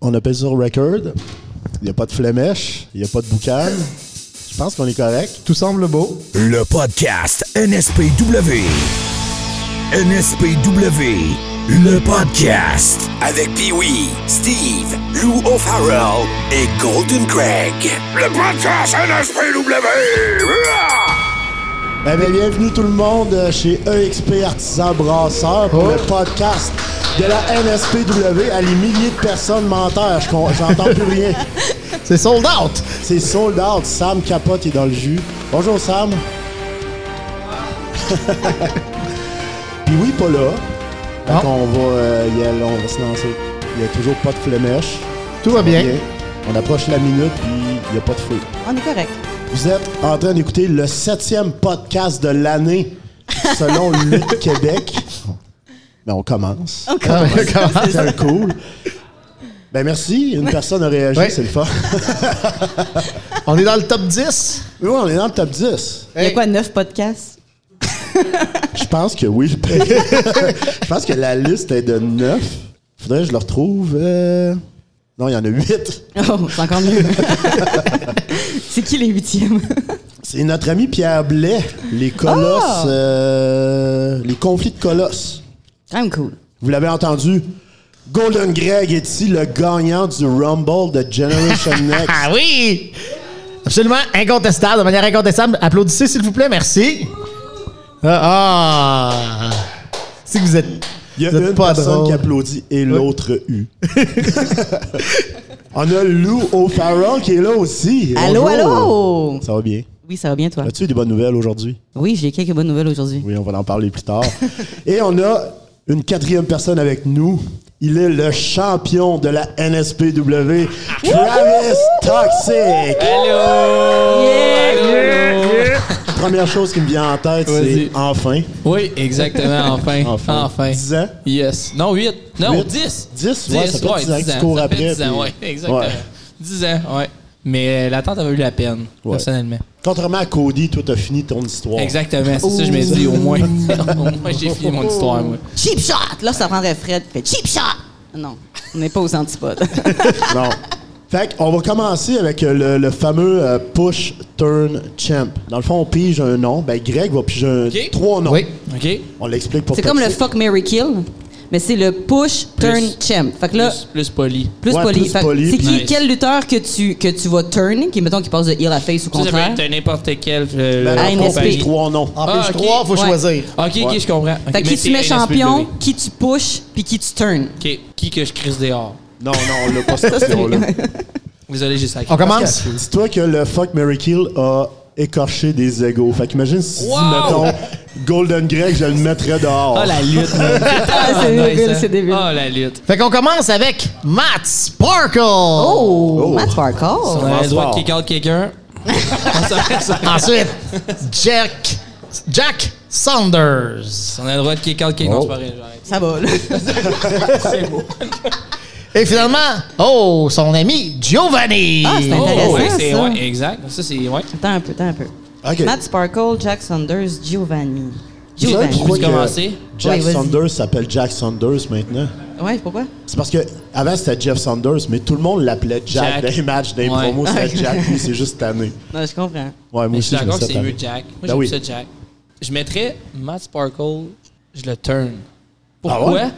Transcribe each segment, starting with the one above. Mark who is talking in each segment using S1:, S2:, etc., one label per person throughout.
S1: On a Pencil Record. Il n'y a pas de flémèche. Il n'y a pas de boucan. Je pense qu'on est correct.
S2: Tout semble beau.
S3: Le podcast NSPW. NSPW. Le podcast avec Pee-Wee, Steve, Lou O'Farrell et Golden Craig. Le podcast NSPW.
S1: Eh bien, bienvenue tout le monde euh, chez EXP Artisan Brasseur pour
S2: Oh.
S1: le podcast de la NSPW à les milliers de personnes menteurs. Je con- J'entends plus rien.
S2: C'est sold out!
S1: C'est sold out. Sam Capote est dans le jus. Bonjour Sam. Puis oui, pas là. Fait
S2: Non.
S1: qu'on va, euh, y aller, on va se lancer. Il n'y a toujours pas de flémèche.
S2: Tout va bien.
S1: Bien. On approche la minute, puis il n'y a pas de feu.
S4: On est correct.
S1: Vous êtes en train d'écouter le septième podcast de l'année, selon Lutte Québec. Mais on commence.
S2: Ah, mais comment-
S1: C'est un cool. Ben merci, une personne a réagi,
S2: Ouais.
S1: c'est le fun.
S2: On est dans le top 10.
S1: Mais oui, on est dans le top 10.
S4: Il y
S2: Hey.
S4: a quoi, neuf podcasts?
S1: Je pense que oui. je pense que la liste est de 9. Faudrait que je le retrouve. euh, Non, il y en a 8.
S4: Oh, c'est encore mieux. c'est qui les huitièmes?
S1: C'est notre ami Pierre Blais, les colosses,
S4: Ah!
S1: euh, les conflits de colosses.
S4: Quand même cool.
S1: Vous l'avez entendu, Golden Greg est ici le gagnant du Rumble de Generation Next.
S2: Ah oui! Absolument incontestable, de manière incontestable. Applaudissez, s'il vous plaît, merci. Ah! ah. Si vous êtes.
S1: Il y a
S2: vous êtes
S1: une
S2: pas
S1: personne
S2: drôle.
S1: qui applaudit et l'autre eu. On a Lou O'Farrell qui est là aussi.
S4: Allô,
S1: Bonjour.
S4: allô?
S1: Ça va bien.
S4: Oui, ça va bien, toi?
S1: As-tu des bonnes nouvelles aujourd'hui?
S4: Oui, j'ai quelques bonnes nouvelles aujourd'hui.
S1: Oui, on va en parler plus tard. et on a une quatrième personne avec nous. Il est le champion de la NSPW, Travis Toxic. Première chose qui me vient en tête, c'est
S5: Vas-y.
S1: enfin.
S5: Oui, exactement, enfin. Enfin.
S1: 10 ans.
S5: Yes. Non, 8. Non,
S1: Huit.
S5: 10.
S1: Dix, ouais, ça fait dix ans que tu cours
S5: ça fait
S1: après,
S5: 10 ans,
S1: puis-
S5: ouais, exactement.
S1: Ouais.
S5: 10 ans, ouais. Mais euh, l'attente avait eu la peine,
S1: Ouais.
S5: personnellement.
S1: Contrairement à Cody, toi, t'as fini ton histoire.
S5: Exactement, c'est ça que je me dis, au moins. au moins, j'ai fini mon histoire, moi.
S4: Cheap shot! Là, ça prendrait Fred. Fait cheap shot! Non, on n'est pas aux antipodes.
S1: Non. Fait qu'on va commencer avec euh, le, le fameux euh, push turn champ. Dans le fond, on pige un nom. Ben, Greg va piger un-
S5: Ok.
S1: trois noms.
S2: Oui.
S5: OK?
S1: On l'explique pour
S4: c'est comme le
S1: Toxic.
S4: fuck, Mary kill, mais c'est le push, turn,
S5: Plus.
S4: champ. Fait que là,
S5: Plus, plus poli.
S4: plus
S1: Ouais,
S4: poli.
S1: plus
S4: Fait que
S1: poli,
S4: c'est
S1: puis
S4: qui,
S5: nice.
S4: quel lutteur que tu, que tu vas turn, qui, mettons, qui passe de heel à face ou
S5: Ça, ça peut
S4: contraire?
S5: être n'importe quel. euh,
S1: Ben,
S4: Ah,
S1: dans le fond, on
S4: NSP.
S1: pige trois noms.
S2: En
S5: Ah,
S2: plus
S5: ok.
S2: 3, faut
S4: Ouais.
S2: choisir.
S5: OK, OK, je comprends. OK,
S4: Fait que
S5: mais
S4: qui
S5: c'est
S4: tu mets
S5: NSPW.
S4: champion, qui tu push, puis qui tu turn.
S5: OK, qui que je crisse dehors.
S1: Non, non, on l'a pas cette
S4: c'est-
S1: option-là.
S5: Désolé, j'ai sacré.
S2: On commence?
S1: Dis-toi que le fuck Mary Kill a écorché des égaux. Fait qu'imagine si tu dis,
S5: Wow!
S1: mettons, Golden Greg, je le mettrais dehors.
S5: Ah, la lutte, man.
S4: Ah, c'est
S5: Ah,
S4: débile,
S5: nice, hein.
S4: c'est débile.
S5: Ah, la lutte.
S2: Fait qu'on commence avec Matt Sparkle.
S4: Oh,
S1: Oh.
S4: Matt
S5: On
S4: Farquhar.
S5: a
S1: commence
S5: le droit
S1: fort.
S5: de kick out quelqu'un. On s'en fait ça.
S2: Ensuite, Jack, Jack Saunders.
S5: On a le droit de kick out quelqu'un. Non,
S1: Oh.
S5: c'est pas vrai, j'arrête.
S4: Ça va, là.
S2: Et finalement, oh, son ami Giovanni.
S4: Ah, c'est intéressant.
S5: Oh, ouais, c'est
S4: ça.
S5: ouais, exact. Ça, c'est ouais.
S4: Attends un peu, attends un peu.
S1: OK.
S4: Matt Sparkle, Jack Saunders, Giovanni.
S1: Vous savez
S4: Giovanni.
S1: pourquoi
S5: Je ben, peux
S1: que
S5: commencer?
S1: Jack
S4: Ouais, vas-y.
S1: Saunders s'appelle Jack Saunders maintenant?
S4: Ouais, pourquoi?
S1: C'est parce que avant c'était Jeff Saunders, mais tout le monde l'appelait Jack.
S5: Jack.
S1: Dans les matchs, dans les
S5: Ouais.
S1: promos, c'était Jack. Lui, c'est juste tanné.
S4: Non, je comprends.
S1: Ouais, moi
S5: Mais je
S1: aussi,
S5: suis d'accord
S1: me
S5: que
S1: suis
S5: c'est
S1: tanné.
S5: mieux Jack. Moi,
S1: Ben
S5: j'aime
S1: oui.
S5: ça Jack. Je mettrais Matt Sparkle, je le turn.
S1: Ah
S5: Pourquoi?
S1: ouais?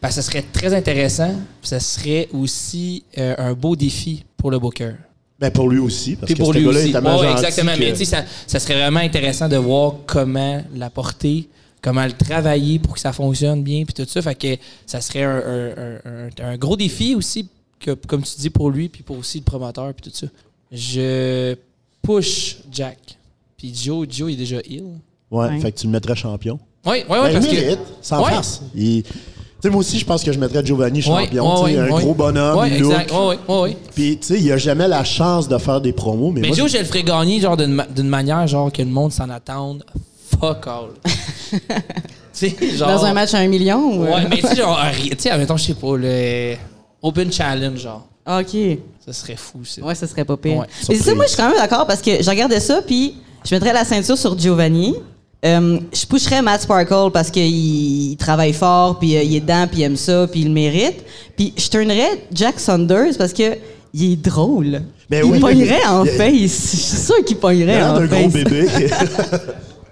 S5: Parce que ça serait très intéressant. puis Ça serait aussi euh, un beau défi pour le Booker.
S1: Ben pour lui aussi, parce
S5: Puis
S1: que
S5: pour
S1: ce
S5: lui
S1: gars-là est
S5: aussi.
S1: tellement
S5: Ouais,
S1: gentil
S5: exactement.
S1: que-
S5: Mais tu sais, ça, ça serait vraiment intéressant de voir comment l'apporter, comment le travailler pour que ça fonctionne bien, puis tout ça. Fait que ça serait un, un- un- un gros défi aussi, que, comme tu dis, pour lui, puis pour aussi le promoteur, puis tout ça. Je push Jack. Puis Joe, Joe, il est déjà ill.
S1: ouais,
S4: Ouais.
S1: fait que tu le mettrais champion.
S5: Oui, oui, oui.
S1: Ben,
S5: parce
S1: il mérite,
S5: que...
S1: sans
S5: Ouais.
S1: farce. Il- Tu sais, moi aussi, je pense que je mettrais Giovanni
S5: Ouais,
S1: champion. tu
S5: ouais,
S1: sais,
S5: ouais,
S1: un
S5: ouais.
S1: gros bonhomme,
S5: Ouais,
S1: look.
S5: exact. Ouais, ouais, ouais, ouais.
S1: Puis, tu sais, il a jamais la chance de faire des promos. Mais,
S5: Mais
S1: moi,
S5: Joe, je le ferais gagner genre d'une ma- d'une manière genre que le monde s'en attende. Fuck all. Tu sais, genre...
S4: Dans un match à un million? Ou...
S5: Ouais, mais tu sais, genre, un ri- tu sais, admettons, je sais pas, le Open Challenge, genre.
S4: OK.
S5: Ça serait fou, ça.
S4: Ouais, ça serait pas pire. mais
S5: Ouais,
S4: c'est
S1: surprise.
S4: ça, moi, je suis quand même d'accord parce que je regardais ça, puis je mettrais la ceinture sur Giovanni. Euh, je pousserais Matt Sparkle parce qu'il il travaille fort, puis euh, il est dedans, puis il aime ça, puis il le mérite. Puis je tournerais Jack Saunders parce que il est drôle.
S1: Ben
S4: il
S1: oui.
S4: pognerait en
S1: Il-
S4: face. Je suis sûr qu'il
S1: Il
S4: pognerait
S1: a l'air
S4: en
S1: d'un
S4: face.
S1: gros bébé.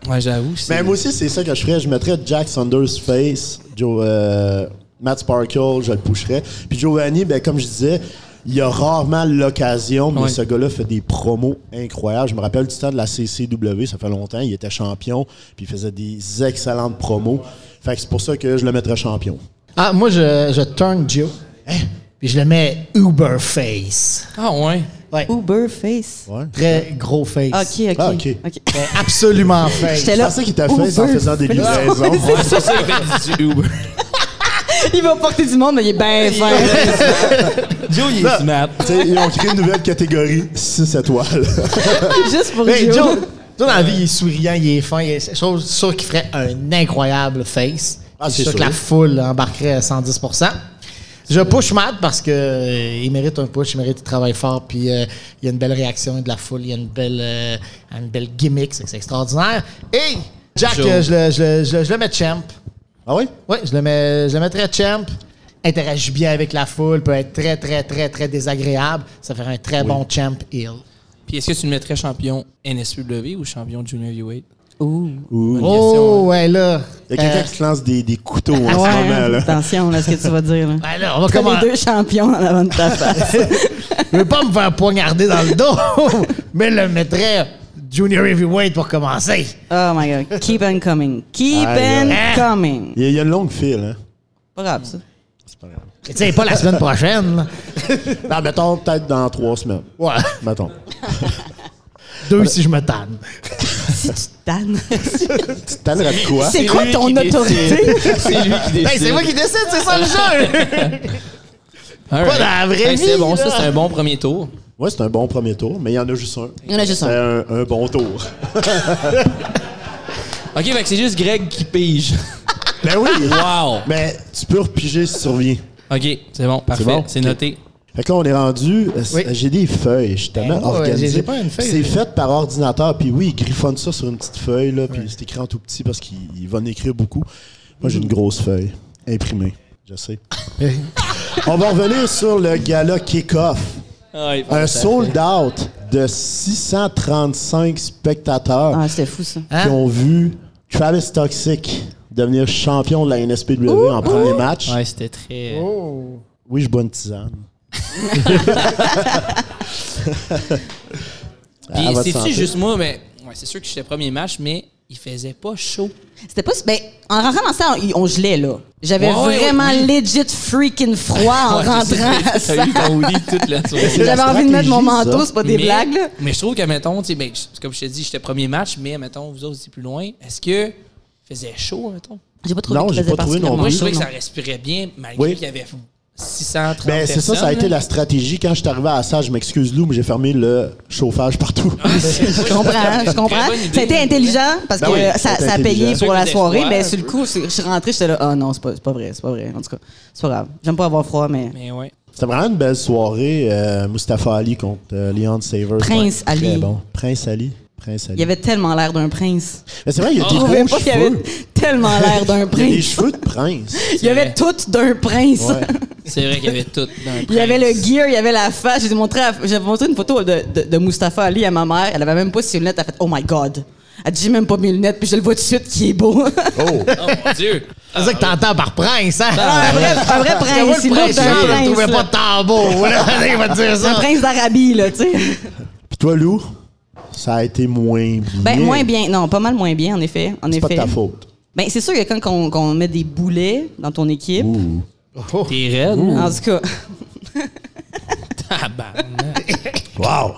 S5: Ouais, j'avoue. c'est-
S1: Mais moi aussi, c'est ça que je ferais. Je mettrais Jack Saunders face, Joe, euh, Matt Sparkle, je le pusherais. Puis Giovanni, ben, comme je disais, il a rarement l'occasion, mais
S5: Ouais.
S1: ce gars-là fait des promos incroyables. Je me rappelle du temps de la CCW, ça fait longtemps, il était champion, puis il faisait des excellentes promos. Fait que c'est pour ça que je le mettrais champion.
S2: Ah, moi, je, je turn Joe. Puis je le mets Uber Face.
S5: Ah, ouais.
S2: Ouais.
S4: Uber face.
S1: Ouais.
S2: Très gros face.
S4: Ok, ok.
S1: Ah, ok.
S4: ok.
S2: Mais Absolument face.
S4: J'étais
S1: Je
S4: là.
S1: pensais qu'il t'a fait en
S4: Uber
S1: faisant des
S4: face.
S1: livraisons.
S5: Ouais, c'est ça, il fait du Uber.
S4: Il va porter du monde, mais il est bien fin.
S5: Joe, il est smart.
S1: Tu sais, ils ont créé une nouvelle catégorie, 6 étoiles.
S4: Juste
S1: Ben,
S4: pour
S2: Mais
S4: Joe.
S2: Joe, Joe, dans la vie, il est souriant, il est fin. il est- Je suis sûr qu'il ferait un incroyable face.
S1: Ah,
S2: je suis
S1: c'est
S2: sûr, que
S1: sûr.
S2: la foule embarquerait à 110 Je push Matt parce que euh, il mérite un push, il mérite qu'il travaille fort, puis euh, il y a une belle réaction de la foule, il y a une belle, euh, une belle gimmick, c'est c'est extraordinaire. Et Jack,
S5: Joe.
S2: euh, je, le, je le- je le- je le mets champ.
S1: Ah oui?
S2: Oui, je le, mets, je le mettrais champ. Interagit bien avec la foule, peut être très, très, très, très désagréable. Ça ferait un très bon champ heel.
S5: Puis est-ce que tu le mettrais champion NSPW ou champion Junior Heavyweight?
S2: Oh, ouais, là.
S1: Il y a quelqu'un
S2: Euh,
S1: qui se lance des, des couteaux en
S4: Ah
S1: ce
S4: ouais,
S1: moment. Là.
S4: Attention là, ce que tu vas dire. Là.
S2: Ben là, on va
S4: T'as
S2: commencer.
S4: les deux champions dans l'avant de ta face.
S2: Je veux pas me faire poignarder dans le dos, mais le mettrais junior heavyweight pour commencer.
S4: Oh my god. Keep on coming.
S1: Aïe,
S4: Keep on
S5: Hein?
S2: aïe.
S4: coming.
S1: Il y a- il y a une longue file. Hein?
S4: Pas grave, ça.
S1: C'est pas grave.
S2: Tu sais, pas la semaine prochaine. là.
S1: Ben, mettons peut-être dans trois semaines.
S2: Ouais.
S1: Mettons.
S2: Deux si je me tanne.
S4: Si tu te tannes.
S1: Tu te tannerais de quoi?
S4: C'est quoi
S5: lui
S4: ton
S5: qui décide.
S4: autorité?
S5: C'est lui qui décide.
S2: Hey, c'est moi qui décide, c'est ça le jeu!
S5: All
S2: Pas dans la vraie vie,
S5: C'est bon,
S2: là.
S5: ça, c'est un bon premier tour.
S1: Ouais, c'est un bon premier tour, mais il y en a juste un.
S4: Il y en a juste
S1: C'est un, un bon tour.
S5: OK, fait que c'est juste Greg qui pige.
S1: Ben oui!
S5: Wow!
S1: mais tu peux repiger si tu reviens.
S5: OK, c'est bon, parfait.
S1: bon?
S5: C'est
S1: Ok.
S5: noté.
S1: Fait que là, on est rendu. euh,
S2: Oui.
S1: J'ai des feuilles, justement,
S2: Ben moi,
S1: organisées.
S2: j'ai- j'ai pas une feuille.
S1: C'est fait par ordinateur, puis oui, ils griffonnent ça sur une petite feuille, là, puis c'est écrit en tout petit parce qu'ils ils vont en écrire beaucoup. Moi, j'ai une grosse feuille, imprimée. Je sais. on va revenir sur le gala kick-off. Un sold out de 635 spectateurs
S4: Ah, c'était fou, ça.
S1: qui
S2: Hein?
S1: ont vu Travis Toxic devenir champion de la NSPW en premier match.
S5: Ouais, c'était très.
S4: Oh.
S5: euh,
S1: Oui, je bois une tisane. À
S5: Puis
S1: Ah, votre
S5: c'est-tu
S1: santé.
S5: juste moi, mais. Ouais, c'est sûr que j'étais premier match, mais il faisait pas chaud.
S4: C'était pas. si- Ben, en rentrant dans ça, on gelait, là. J'avais
S5: Ouais, ouais,
S4: vraiment
S5: oui.
S4: legit freaking froid en
S5: Ouais, je sais,
S4: rentrant à
S5: T'as
S4: ça.
S5: eu ton hoodie toute la soirée.
S1: C'est la
S4: J'avais envie de mettre mon
S1: stratégie,
S4: manteau,
S1: ça.
S4: c'est pas des
S5: mais,
S4: blagues, là.
S5: Mais je trouve que, mettons, tu sais, ben, je- comme je te dis, j'étais premier match, mais, mettons, vous autres, c'est plus loin. Est-ce que il faisait chaud, mettons?
S4: J'ai pas trouvé
S1: Non,
S4: qu'il
S1: j'ai
S4: faisait
S1: pas trouvé non
S5: Moi,
S1: Oui,
S5: je trouvais
S4: particulièrement
S5: que ça
S4: chaud,
S5: respirait bien, malgré
S1: Oui.
S5: qu'il y avait 630
S1: Ben, c'est ça, ça a été la stratégie. Quand je suis arrivé à ça, je m'excuse, Lou, mais j'ai fermé le chauffage partout.
S5: Ah,
S4: Je comprends, je comprends. Ça a été intelligent parce que
S1: Ben oui,
S4: euh, ça,
S1: c'était
S4: ça a payé
S1: intelligent.
S4: pour la
S5: Ceux qui
S4: soirée,
S5: avaient
S4: mais
S5: froid,
S4: sur le
S5: un
S4: coup, c'est- je suis rentré, j'étais là, ah non, c'est pas, c'est pas vrai, c'est pas vrai. En tout cas, c'est pas grave. J'aime pas avoir froid, mais.
S5: Mais ouais.
S1: C'était vraiment une belle soirée. euh, Mustafa Ali contre euh, Leon Savers.
S4: Prince
S1: Ouais, très
S4: Ali.
S1: bon. Prince Ali. Prince Ali.
S4: Il avait Oh, tellement l'air d'un prince.
S1: Mais c'est vrai, il y a
S4: Je
S1: des
S4: trouvais
S1: beaux
S4: pas qu'il avait
S1: cheveux.
S4: tellement l'air d'un
S1: Il y a des
S4: prince.
S1: cheveux de prince.
S4: Il y avait tout d'un prince.
S1: Ouais.
S5: C'est vrai qu'il y avait tout dans
S4: Il y avait le gear, il y avait la face. J'ai montré, à- j'avais montré une photo de, de, de Mustapha Ali à ma mère. Elle avait même pas ses lunettes. Elle a fait Oh my God. Elle dit J'ai même pas mes lunettes, puis je le vois tout de suite qui est beau.
S1: Oh!
S5: Oh mon Dieu!
S2: C'est ça que t'entends par prince, hein?
S4: Ah, un, vrai, un vrai
S2: C'est moi
S4: prince,
S2: le
S4: il
S2: prince,
S4: est un
S2: là, je
S4: prince.
S2: trouvais pas
S4: là.
S2: tant beau. là. Il va te dire
S5: Ah.
S4: Un
S2: ça.
S4: prince d'Arabie, là, tu sais.
S1: Puis toi, Lou, ça a été moins bien.
S4: Ben, moins bien. Non, pas mal moins bien, en effet. En
S1: C'est pas de
S4: effet.
S1: ta faute.
S4: Ben, c'est sûr que quand on, qu'on met des boulets dans ton équipe,
S2: Oh,
S5: T'es raide? Ah, bah.
S4: en tout cas.
S5: Tabarnak.
S1: Wow!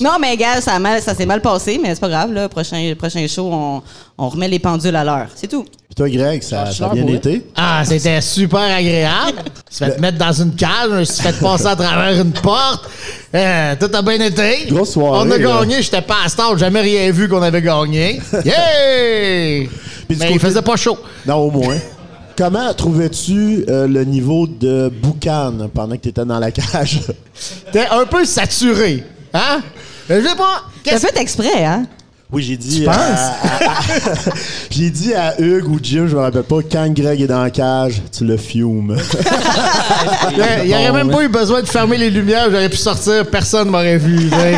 S4: Non, mais gars, ça, a mal- ça s'est mal passé, mais c'est pas grave, là. Prochain, prochain show, on, on remet les pendules à l'heure. C'est tout.
S1: Puis toi, Greg, ça, ça a bien été?
S2: Ah, c'était super agréable. Tu fais te mettre dans une cage, je me suis fait passer à travers une porte. Euh, tout a bien été.
S1: Grosse soirée,
S2: On
S1: là.
S2: a gagné, j'étais pas à stade, jamais rien vu qu'on avait gagné. Yeah!
S1: Puis du
S2: Mais
S1: côté-
S2: il faisait pas chaud.
S1: Non, au moins. Comment trouvais-tu euh, le niveau de boucan pendant que tu étais dans la cage?
S2: T'es un peu saturé. Hein? Je sais pas.
S4: T'as
S2: Qu'est-ce
S4: fait exprès, hein?
S1: Oui, j'ai dit.
S2: penses?
S1: à- à- j'ai dit à Hugues ou Jim, je me rappelle pas, quand Greg est dans la cage, tu le fumes.
S2: Il n'y aurait même pas eu besoin de fermer les lumières, j'aurais pu sortir, personne m'aurait vu. Mais,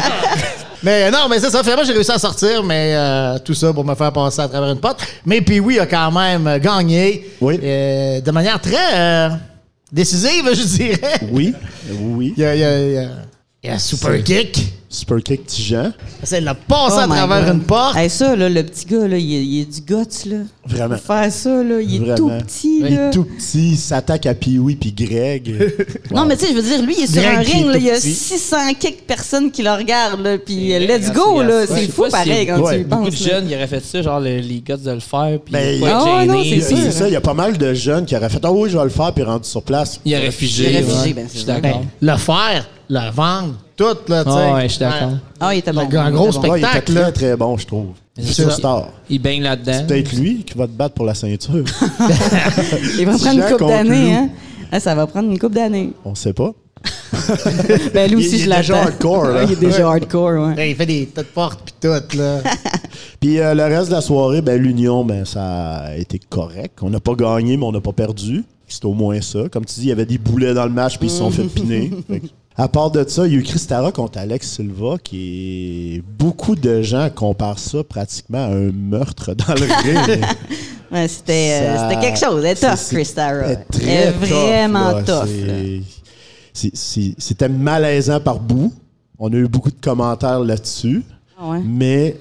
S2: mais euh, non, mais c'est ça, finalement, j'ai réussi à sortir, mais euh, tout ça pour me faire passer à travers une porte. Mais puis oui, a quand même euh, gagné
S1: Oui.
S2: euh, de manière très euh, décisive, je dirais.
S1: oui, oui.
S2: Il y a, il y a- il y a- il y a un super kick.
S1: Super kick, petit Jean.
S2: Ça l'a passé
S4: Oh
S2: à
S4: my
S2: travers
S4: God.
S2: une porte.
S4: Hey, ça, là, le petit gars, là, il est, il est du guts, là.
S1: Vraiment.
S4: Faire ça, là, il est
S1: Vraiment.
S4: tout petit,
S1: Ben, Il
S4: là.
S1: est tout petit, il s'attaque à Pee-Wee puis Greg.
S4: Non, mais tu sais, je veux dire, lui, il est sur
S2: Greg
S4: un
S2: qui est
S4: ring, là,
S2: tout
S4: il y a
S2: petit.
S4: 600 quelques personnes qui le regardent, là, puis euh,
S5: Et
S4: let's
S5: regarde,
S4: go,
S5: regarde
S4: là.
S5: ça. Je
S4: C'est
S5: sais
S4: fou,
S5: pas
S4: pareil,
S5: si-
S4: quand
S1: Ouais,
S4: tu y
S5: Beaucoup de
S4: penses. là.
S5: jeunes, ils auraient fait ça, genre le- les gars de le faire, puis
S1: Ben,
S5: ils pas être
S4: ah ouais, non,
S5: gênés,
S4: c'est
S5: puis
S1: C'est
S4: sûr.
S1: ça, il y a pas mal de jeunes qui auraient fait Ah oui, je vais le faire, puis rendu sur place.
S5: Ils auraient figé.
S4: Ils auraient
S5: ouais.
S4: figé, ben, c'est
S5: Je suis
S4: vrai.
S5: d'accord.
S2: Ben, le faire, le vendre, tout, là, tu sais.
S5: Ah ouais, je suis d'accord.
S4: Ah, il était
S2: Le
S4: bon.
S2: gars, en
S4: il
S2: gros,
S4: était bon.
S2: spectacle.
S1: Ouais, il était
S2: là.
S1: très, très bon, je trouve. C'est une
S2: ça.
S1: star.
S5: Ils baignent là-dedans.
S1: Peut-être lui qui va te battre pour la ceinture.
S4: Il va prendre
S1: Jean
S4: une coupe
S1: contre Lou.
S4: d'années, hein. Ah, ça va prendre une coupe d'années.
S1: On sait pas.
S4: Ben, lui
S1: Il-
S4: aussi,
S1: il
S4: je
S1: est déjà
S4: l'attends.
S1: hardcore, là.
S4: Il est déjà hardcore, ouais.
S2: Là, il fait des tas de portes, puis tout, là.
S1: Puis euh, le reste de la soirée, ben, l'Union, ben, ça a été correct. On n'a pas gagné, mais on n'a pas perdu. C'est au moins ça. Comme tu dis, il y avait des boulets dans le match, puis ils se sont fait piner. Fait que- À part de ça, il y a eu Cristara contre Alex Silva, qui est... Beaucoup de gens comparent ça pratiquement à un meurtre dans le ring.
S4: Ouais, c'était euh,
S1: Ça-
S4: c'était quelque chose. Elle est
S1: c'est-
S4: tough,
S1: c'est-
S4: Chris Tara.
S1: elle
S4: Elle
S1: est très
S4: est
S1: tough,
S4: vraiment
S1: là.
S4: tough.
S1: C'est-
S4: là.
S1: c'est- c'est- C'était malaisant par bout. On a eu beaucoup de commentaires là-dessus.
S4: Ah ouais.
S1: Mais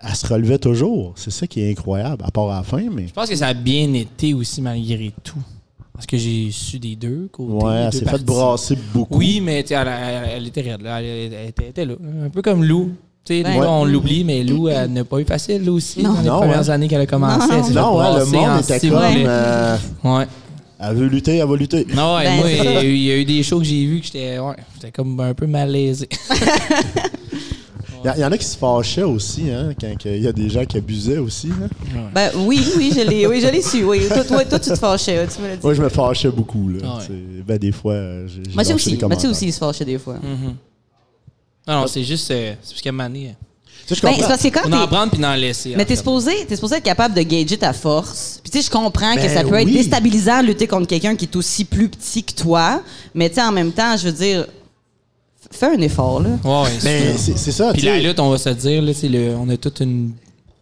S1: elle se relevait toujours. C'est ça qui est incroyable, à part à la fin, mais.
S5: Je pense que ça a bien été aussi malgré tout. Parce que j'ai su des deux côtés.
S1: Ouais,
S5: des
S1: elle
S5: deux
S1: s'est faite
S5: parties.
S1: brasser beaucoup.
S5: Oui, mais tu sais, elle, elle- elle était raide. là. Elle, elle était, elle était là. Un peu comme Lou. Tu sais, des
S4: Ouais.
S5: fois, on l'oublie, mais Lou, elle n'a pas eu facile, Lou aussi. Dans les
S1: Non,
S5: premières
S1: ouais.
S5: années qu'elle a commencé, elle s'est
S1: Non,
S5: fait
S1: hein, le
S5: brasser
S1: monde
S5: en
S1: était
S5: six
S1: comme.
S5: volets.
S1: euh,
S5: Ouais.
S1: elle veut lutter, elle veut lutter.
S5: Non, ouais,
S4: Ben,
S5: moi,
S4: c'est
S5: il y,
S4: ça.
S5: a eu- il y a eu des shows que j'ai vus que j'étais ouais, j'étais comme un peu malaisé.
S1: Il y, en a qui se fâchaient aussi, hein, quand il y a des gens qui abusaient aussi. hein.
S4: Ben oui, oui, je l'ai oui, je l'ai su. Oui. Toi, toi, toi, tu te fâchais, hein, tu me l'as dit.
S1: Moi, je me fâchais beaucoup, là.
S5: Ah ouais.
S1: C'est- Ben, des fois, euh, j'ai. j'ai
S4: Mathieu
S1: lâché
S4: aussi,
S1: des commentaires.
S4: Mathieu aussi, il se fâchait des
S1: Mm.
S4: fois. Ben,
S5: Non, non, c'est juste. euh, c'est parce qu'à un moment donné,
S1: Tu sais, je
S4: Ben,
S1: comprends.
S4: c'est parce que quand
S5: on en
S4: t'es-
S5: prendre puis en laisser. en
S4: Mais t'es
S5: fait.
S4: supposé, t'es supposé être capable de gager ta force. Puis tu sais, je comprends que
S1: Ben
S4: ça peut être
S1: oui.
S4: déstabilisant de lutter contre quelqu'un qui est aussi plus petit que toi. Mais tu sais, en même temps, je veux dire, f- fais un effort, là.
S5: Ouais, ouais,
S1: Mais
S5: c'est-
S1: Ben, c'est c'est ça,
S5: Puis
S1: tu
S5: la
S1: sais.
S5: lutte, on va se dire, là, c'est le, on a toute une.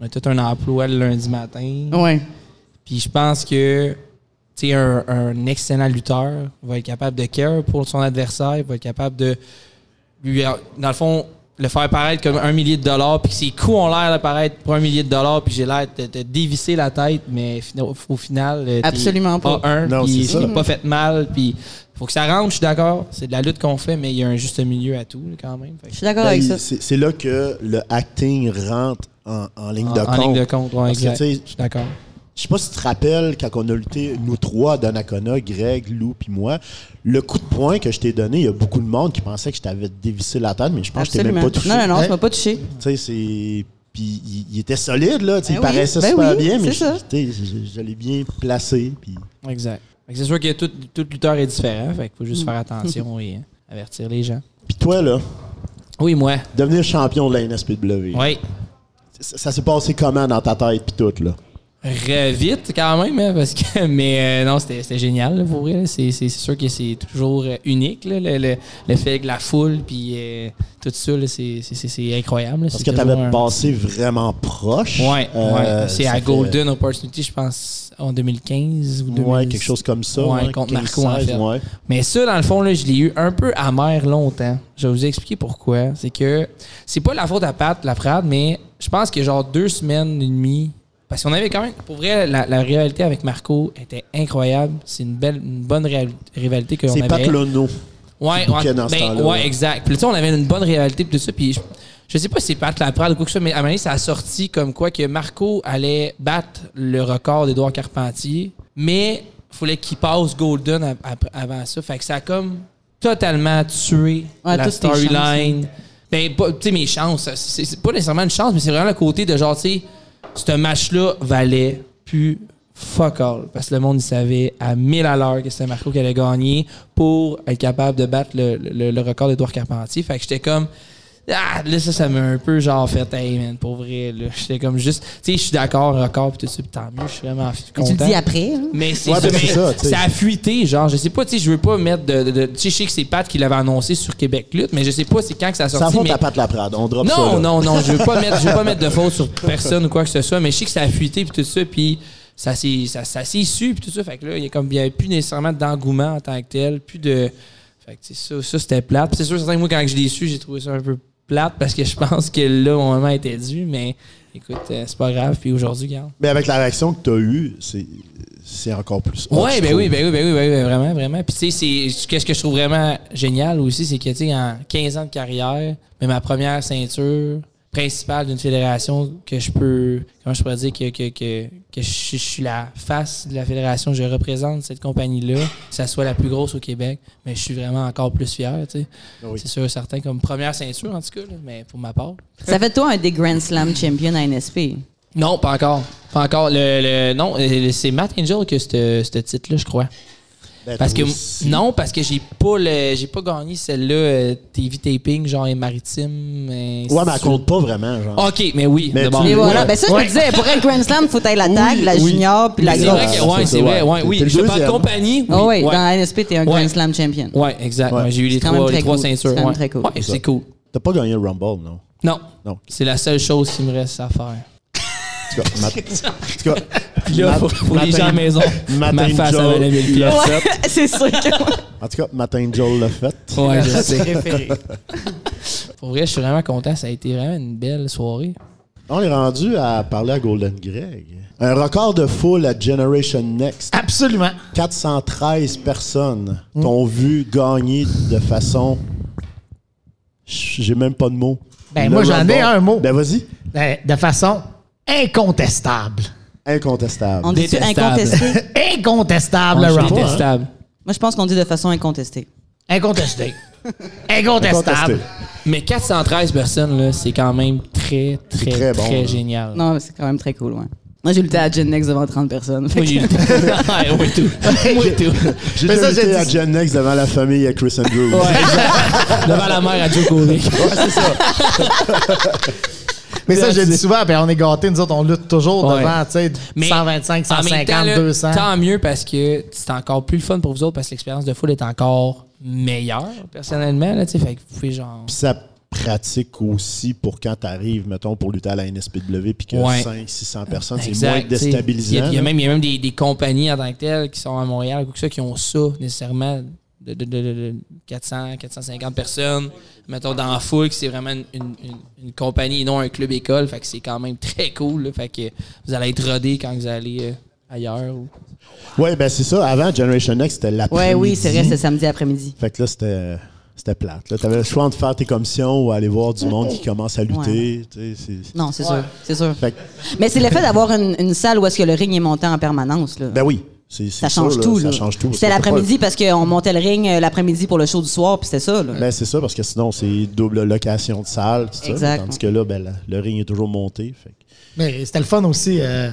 S5: On a tout un emploi le lundi matin.
S4: Ouais.
S5: Puis je pense que tu sais, un, un excellent lutteur va être capable de care pour son adversaire, va être capable de lui, dans le fond, le faire paraître comme un millier de dollars, puis que ses coups ont l'air d'apparaître pour un millier de dollars, puis j'ai l'air de, de dévisser la tête, mais fina- au, au final, euh, t'es
S4: Absolument pas.
S5: un,
S1: Non,
S5: puis
S1: c'est ça.
S5: t'es pas fait mal, puis faut que ça rentre, je suis d'accord, c'est de la lutte qu'on fait, mais il y a un juste milieu à tout là, quand même. Fait que-
S4: Je suis d'accord
S1: Ben,
S4: avec
S1: il-
S4: ça.
S1: c'est c'est là que le acting rentre en, en ligne, de,
S5: en, en
S1: compte.
S5: ligne de compte, ouais,
S1: Parce que,
S5: exact.
S1: tu sais,
S5: Je suis d'accord.
S1: Je sais pas si tu te rappelles, quand on a lutté, nous trois, Donnacona, Greg, Lou puis moi, le coup de poing que je t'ai donné, il y a beaucoup de monde qui pensait que je t'avais dévissé la tête, mais je pense que je t'ai
S4: Absolument.
S1: même pas touché.
S4: Non,
S5: Eh.
S4: non, non,
S1: Hein?
S4: tu m'as pas touché.
S1: Tu sais, c'est... Puis il, il était solide, là. tu sais, il
S4: Ben oui,
S1: paraissait
S4: ben
S1: super
S4: oui,
S1: bien, mais
S4: c'est
S1: je,
S4: ça.
S1: tu sais, je- je l'ai bien placé. Puis...
S5: Exact. Fait que C'est sûr que tout, tout lutteur est différent, fait qu'il faut juste faire attention et euh, avertir les gens.
S1: puis toi, là,
S5: Oui, moi.
S1: devenir champion de la NSPW,
S5: Oui.
S1: ça, ça s'est passé comment dans ta tête, puis tout, là?
S5: Re- Vite quand même, hein, parce que. Mais euh, non, c'était c'était génial, là, pour vrai. là. C'est c'est- c'est sûr que c'est toujours euh, unique, là, le, le, le fait que la foule, puis euh, tout ça, là, c'est- c'est c'est- c'est incroyable. là.
S1: Parce
S5: C'est
S1: que tu
S5: toujours
S1: avais
S5: un-
S1: passé vraiment proche.
S5: Ouais,
S1: Euh,
S5: ouais. C'est
S1: ça
S5: à
S1: fait-
S5: Golden Opportunity, je pense, en 2015 ou 2016.
S1: Ouais, quelque chose comme ça.
S5: Ouais,
S1: hein,
S5: contre
S1: 15,
S5: Marco, en
S1: 16,
S5: fait.
S1: ouais.
S5: Mais ça, dans le fond, là, je l'ai eu un peu amer longtemps. Je vais vous expliquer pourquoi. C'est que c'est pas la faute à Pat, la fraude, mais je pense que genre deux semaines et demie. Parce qu'on avait quand même, pour vrai, la, la rivalité avec Marco était incroyable. C'est une belle, une bonne réal- rivalité que l'on
S1: C'est
S5: avait.
S1: Pat Lono.
S5: Ouais,
S1: qui
S5: ouais,
S1: bouquait dans ce
S5: ben,
S1: temps-là,
S5: ouais,
S1: ouais.
S5: exact. Puis tu sais, on avait une bonne réalité puis tout ça. Puis je, je sais pas si c'est Pat Laprade ou quoi que ce soit, mais à un moment donné, ça a sorti comme quoi que Marco allait battre le record d'Edouard Carpentier, mais fallait qu'il passe Golden a- ap- avant ça. Fait que ça a comme totalement tué
S4: Ouais,
S5: la
S4: toutes tes chances,
S5: storyline. Ben, pas- tu sais, mes chances, c'est c'est pas nécessairement une chance, mais c'est vraiment le côté de genre, tu sais, ce match-là valait plus fuck all. Parce que le monde, il savait à 1000 à l'heure que c'était Marco qui allait gagner pour être capable de battre le, le- le record d'Edouard Carpentier. Fait que j'étais comme, Ah, là, ça, ça m'a un peu genre fait, hey man, pour vrai, là. J'étais comme juste, tu sais, je suis d'accord, record, pis tout ça, pis tant mieux, je suis vraiment
S4: Mais
S5: content.
S4: tu le dis après. hein?
S5: Mais c'est
S1: Ouais,
S5: ça,
S1: ben, c'est
S5: mais
S1: ça, tu sais.
S5: ça a fuité, genre, je sais pas, tu sais, je veux pas mettre de. de- de- tu sais, je sais que c'est Pat qui l'avait annoncé sur Québec Lutte, mais je sais pas c'est quand que ça a
S1: Ça
S5: sorti.
S1: fond
S5: mais-
S1: ta patte la prade. On drop ça.
S5: non,
S1: là.
S5: non, non, je veux pas mettre, je veux pas mettre de faute sur personne ou quoi que ce soit, mais je sais que ça a fuité puis tout ça, puis ça s'est, ça, ça s'est su puis tout ça, fait que là, il y a comme, il y avait plus nécessairement d'engouement en tant que tel, plus de, fait que tu sais, ça, ça c'était plate. Puis c'est sûr, certain que moi quand je l'ai su, j'ai trouvé ça un peu plate parce que je pense que là mon moment était dû, mais écoute, euh, c'est pas grave, puis aujourd'hui, regarde.
S1: Mais avec la réaction que tu as eue, c'est, c'est encore plus. hot,
S5: Ouais,
S1: je
S5: ben
S1: trouve.
S5: oui, ben oui, ben oui, ben oui, ben vraiment, vraiment. Puis tu sais, c'est qu'est-ce que je trouve vraiment génial aussi, c'est que tu sais, en 15 ans de carrière, mais ma première ceinture principale d'une fédération que je peux, comment je pourrais dire que que, que, que je, suis- je suis la face de la fédération, je représente cette compagnie-là, que ça soit la plus grosse au Québec, mais je suis vraiment encore plus fier, tu sais.
S1: Ah Oui.
S5: C'est sûr, certain comme première ceinture en tout cas, là, mais pour ma part.
S4: Ça fait de toi un des Grand Slam champions à NSP.
S5: Non, pas encore. Pas encore. Le, le- non, euh, c'est Matt Angel que ce ce titre-là, je crois.
S1: Ben,
S5: Parce que
S1: toi aussi.
S5: non, parce que j'ai pas le, j'ai pas gagné celle-là euh, TV taping genre et maritime. et-
S1: Ouais, mais elle compte pas vraiment, genre.
S5: Ok, mais Ah, oui.
S1: Mais
S5: de
S1: tu-
S5: bord.
S4: Et
S1: Mais
S4: voilà.
S1: Ouais.
S4: Ben ça, je me disais, pour être Grand Slam, faut être la tag, la
S1: oui.
S4: junior, puis la
S5: Mais c'est
S1: grosse.
S5: vrai
S4: grande.
S5: que,
S1: Ah,
S5: ouais,
S1: ça,
S5: c'est
S1: ouais.
S5: vrai, ouais,
S1: T'es
S5: oui.
S1: le
S5: Je parle
S1: deuxième.
S5: compagnie. Oui,
S4: Ah ouais,
S5: ouais.
S4: dans NSP, t'es un
S5: Ouais.
S4: Grand Slam champion.
S5: Ouais, exact.
S1: Ouais.
S5: Ouais, j'ai eu les
S4: C'est quand même
S5: trois, les
S4: très
S5: trois
S4: cool.
S5: ceintures.
S4: C'est quand même
S5: ouais.
S4: très cool.
S5: Ouais, c'est cool.
S1: T'as pas gagné le Rumble, non?
S5: Non,
S1: Non.
S5: c'est la seule chose qui me reste à faire.
S1: En tout cas, ma- en tout cas,
S5: Puis là,
S1: Mat-
S5: pour, pour les
S1: Matin-
S5: gens à la maison,
S1: Matin
S5: ma face
S1: Joe
S5: avait la mille
S1: l'a
S5: pièces.
S1: fait.
S4: c'est sûr que
S1: En tout cas, Matin Joel l'a fait.
S5: Ouais, je sais.
S4: préféré.
S5: Pour vrai, je suis vraiment content. Ça a été vraiment une belle soirée.
S1: On est rendu à parler à Golden Greg. Un record de foule à Generation Next.
S2: Absolument.
S1: 413 personnes t'ont vu gagner de façon. J'ai même pas de mots.
S2: Ben,
S1: Le
S2: moi, j'en
S1: Rumble.
S2: ai un mot.
S1: Ben, vas-y.
S2: Ben, De façon incontestable.
S1: Incontestable.
S4: On dit
S5: Détestable.
S4: incontesté.
S2: Incontestable, le
S5: Je suis
S4: hein.
S2: Rumble.
S5: détestable.
S4: Moi, je pense qu'on dit de façon incontestée.
S2: Incontesté. Incontestable.
S1: Incontesté.
S5: Mais 413 personnes, là, c'est quand même très, très,
S1: très
S5: très,
S1: bon, là.
S5: génial.
S4: Non, mais c'est quand même très cool, ouais. Moi, j'ai lutté à Gen Next devant 30 personnes. Fait
S5: Moi, j'ai eu le temps. Ouais, moi, tout. Moi, tout.
S1: J'ai
S2: Mais
S1: été
S2: ça, j'ai
S1: invité
S2: dit-
S1: à Gen Next devant la famille à Chris Andrews.
S5: Ouais, exact. Devant la mère à Joe Corey.
S2: Mais ça, je le
S5: That's
S2: dis
S5: it.
S2: souvent, ben, on est gâtés, nous autres, on lutte toujours
S5: Ouais.
S2: devant, tu sais,
S5: Mais
S2: 125,
S5: en même
S2: 150,
S5: temps, là,
S2: 200.
S5: Tant mieux parce que c'est encore plus le fun pour vous autres parce que l'expérience de foule est encore meilleure, personnellement. Là, tu sais, fait que vous pouvez genre.
S1: Puis ça pratique aussi pour quand t'arrives, mettons, pour lutter à la NSPW, puis que
S5: Ouais.
S1: 500-600 personnes, c'est
S5: Exact,
S1: moins
S5: tu sais. Il y a-
S1: déstabilisant.
S5: Il y, a
S1: là.
S5: même, il y a même des, des compagnies en tant que telles qui sont à Montréal ou tout ça, qui ont ça nécessairement de, de- de- de- de 400, 450 personnes. Mettons dans la foule, que c'est vraiment une, une- une- une compagnie et non un club école. Fait que c'est quand même très cool. là. Fait que vous allez être rodé quand vous allez euh, ailleurs. ou-
S1: Ouais, ben c'est ça. Avant, Generation Next, c'était la
S4: Ouais, oui, c'est vrai, c'est samedi après-midi.
S1: Fait que là, c'était. C'était plate. Là, t'avais le choix entre faire tes commissions ou aller voir du monde qui commence à lutter. tu sais, c'est-
S4: Non, c'est sûr, c'est sûr.
S1: Fait que-
S4: Mais c'est le fait d'avoir une, une salle où est-ce que le ring est monté en permanence, là.
S1: ben oui, c'est,
S4: ça
S1: c'est
S4: change
S1: sûr, là,
S4: tout, là.
S1: Ça change tout.
S4: C'était
S1: Parce que
S4: l'après-midi
S1: t'as
S4: parce qu'on montait le ring euh, l'après-midi pour le show du soir, puis c'était ça, là.
S1: pas- Ben c'est ça, parce que sinon, c'est double location de salle. tout ça.
S4: Exact.
S1: Tandis que là, ben, la- le ring est toujours monté. Fait que-
S2: Mais c'était le fun aussi euh,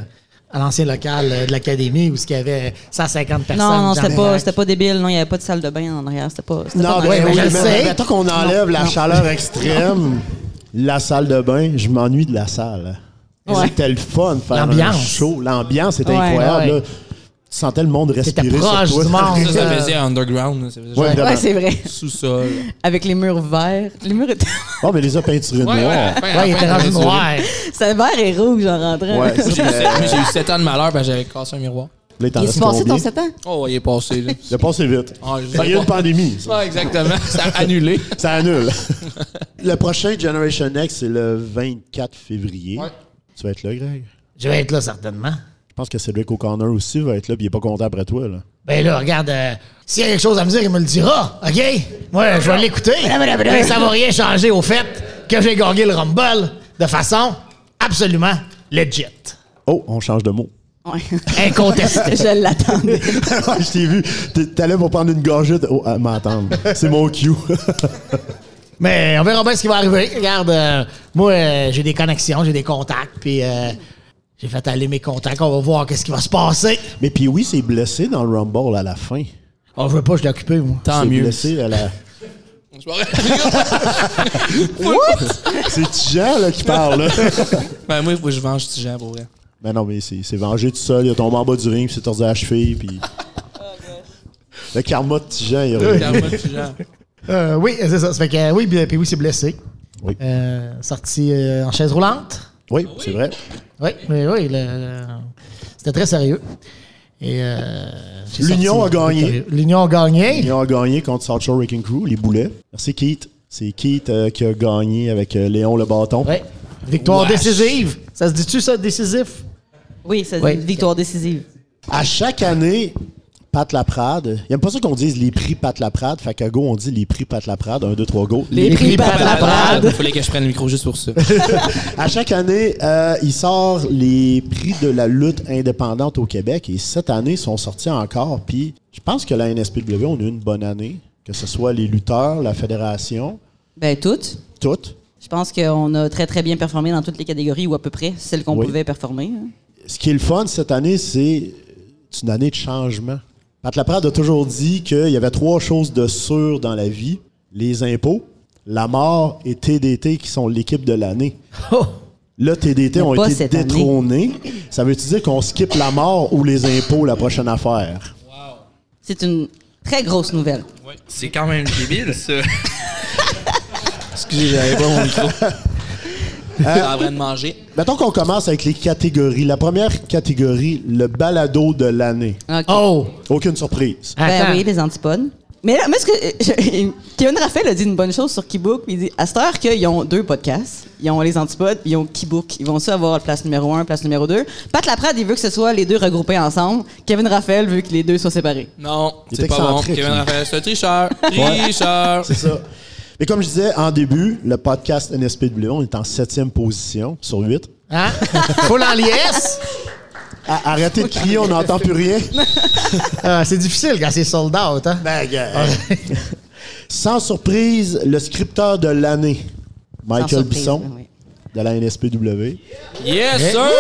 S2: à l'ancien local euh, de l'académie où il y avait 150 personnes.
S4: non, non, c'était
S2: Jean
S4: pas,
S2: Lévesque.
S4: c'était pas débile. Non, il n'y avait pas de salle de bain en arrière. C'était pas. c'était
S1: Non, ben,
S4: pas dans les
S2: ouais,
S1: oui,
S2: je
S1: mais
S4: règles.
S2: sais.
S1: mettons qu'on enlève la chaleur extrême, la salle de bain, je m'ennuie de la salle.
S4: Ouais.
S1: C'était le fun de faire un
S2: L'ambiance.
S1: show. L'ambiance était
S4: Ouais,
S1: incroyable.
S2: ouais.
S1: là. Tu sentais le monde respirer sur
S2: proche
S1: toi.
S2: du monde.
S5: Ça, ça faisait underground. là. Ça faisait
S1: Ouais,
S5: genre
S1: vraiment.
S4: Ouais, c'est vrai.
S5: sous-sol.
S4: Avec les murs verts. Les murs étaient.
S1: Oh, mais les a peinturés de
S5: Ouais, ouais,
S1: noir.
S5: enfin,
S2: Ouais, il était
S5: enfin,
S2: rendu
S5: j'ai-
S2: noir.
S4: C'était vert et rouge en rentrant.
S1: Ouais,
S5: J'ai eu
S1: c'était-
S5: sept- moi, j'ai eu 7 ans de malheur parce que j'avais cassé un miroir.
S1: Là, il t'en
S4: Il
S1: reste
S4: est passé
S1: combien?
S4: ton 7 ans?
S5: Oh, ouais, il est passé. Là.
S1: Il a passé vite.
S5: Ah, je sais
S1: Ben, il y a
S5: pas.
S1: une pandémie. ça.
S5: Ouais, exactement. Ça a annulé.
S1: Ça annule. le prochain Generation Next, c'est le 24 février.
S5: Ouais.
S1: Tu vas être là, Greg?
S2: Je vais être là, certainement.
S1: Je pense que Cedric O'Connor aussi va être là, puis il est pas content après toi. Là.
S2: Ben là, regarde, euh, s'il y a quelque chose à me dire, il me le dira, OK? Moi, je vais l'écouter. Ben, ça va rien changer au fait que j'ai gagné le Rumble de façon absolument legit.
S1: Oh, on change de mot.
S4: Ouais.
S2: Incontestée.
S4: Je l'attendais.
S1: Ouais, je t'ai vu. T'es- T'allais pour prendre une gorgette. Oh, à m'entendre. C'est mon cue.
S2: Mais on verra bien ce qui va arriver. Regarde, euh, moi, euh, j'ai des connexions, j'ai des contacts, puis euh, j'ai fait aller mes contacts. On va voir qu'est-ce qui va se passer.
S1: Mais puis oui, c'est blessé dans le Rumble à la fin.
S2: On veut Oh, pas, je l'ai occupé, moi.
S5: Tant
S1: C'est
S5: mieux.
S1: blessé à la.
S5: C'est pas vrai.
S1: C'est Tijan, là, qui parle, là.
S5: ben, moi, faut que je venge Tijan pour vrai.
S1: Ben non, mais c'est c'est vengé tout seul. Il a tombé en bas du ring, puis s'est tordu à la cheville, puis... Le karma de Tijan, il est revenu.
S5: Tiens, moi, Tijan.
S2: Euh, oui, c'est ça. Ça fait que, euh, oui, puis, puis oui, c'est blessé.
S1: Oui,
S2: Euh, sorti euh, en chaise roulante.
S1: oui c'est vrai.
S2: Oui, oui, oui. le- le- C'était très sérieux. Et, euh, j'ai
S1: L'Union
S2: sorti-
S1: a gagné.
S2: L'Union a gagné.
S1: Ils ont gagné contre South Shore Wrecking Crew, les boulets. Merci, Keith. C'est Keith euh, qui a gagné avec euh, Léon le bâton.
S2: Oui. Victoire
S5: Wesh.
S2: décisive. Ça se dit-tu, ça, décisif?
S4: Oui, c'est
S2: Oui.
S4: une victoire décisive.
S1: À chaque année, Pat Laprade. Il aime pas ça qu'on dise les prix Pat Laprade. Fait qu'à go, on dit les prix Pat Laprade. 1, 2, 3, go.
S2: Les prix
S5: Ben,
S2: Pat Laprade.
S5: Il fallait que je prenne le micro juste pour ça.
S1: À chaque année, euh, il sort les prix de la lutte indépendante au Québec. Et cette année, ils sont sortis encore. Puis je pense que la NSPW, on a eu une bonne année. Que ce soit les lutteurs, la fédération,
S4: Ben, toutes.
S1: toutes.
S4: Je pense qu'on a très, très bien performé dans toutes les catégories ou à peu près celles qu'on
S1: Oui.
S4: pouvait performer. hein.
S1: ce qui est le fun cette année, c'est c'est une année de changement. Pat Laprade a toujours dit qu'il y avait trois choses de sûres dans la vie les impôts, la mort et TDT, qui sont l'équipe de l'année. Là, TDT
S4: Oh! Mais
S1: ont
S4: pas
S1: été
S4: cette année.
S1: détrônés. Ça veut dire qu'on skip la mort ou les impôts la prochaine affaire?
S4: C'est une très grosse nouvelle.
S5: C'est quand même débile, ça. Excusez, j'avais pas mon micro.
S1: Euh.
S5: Je suis en train de manger.
S1: Mettons qu'on commence avec les catégories. La première catégorie, le balado de l'année.
S4: Ok.
S2: Oh!
S1: Aucune surprise.
S4: Ben
S2: Attends.
S4: oui, les antipodes. Mais là, moi, ce que. je- Kevin Raphaël a dit une bonne chose sur Keybook. Il dit à cette heure qu'ils ont deux podcasts, ils ont les antipodes, puis ils ont Keybook. Ils vont ça avoir place numéro un, place numéro deux. Pat Laprade, il veut que ce soit les deux regroupés ensemble. Kevin Raphaël veut que les deux soient séparés.
S5: Non,
S1: Il est
S5: c'est pas bon.
S1: excentrique,
S5: Kevin
S1: lui.
S5: Raphaël, c'est un tricheur. Tricheur.
S1: C'est ça. Mais comme je disais en début, le podcast NSPW, on est en septième position sur huit.
S2: Hein? Full en liesse.
S1: Ah, Arrêtez de crier, on n'entend plus rien.
S2: Ah, c'est difficile quand c'est sold out. Hein?
S1: Ben, Sans surprise, le scripteur de l'année,
S4: Sans
S1: Michael
S4: surprise, ben
S1: Bisson,
S4: oui.
S1: de la NSPW.
S5: Yes,
S2: Eh.
S5: sir!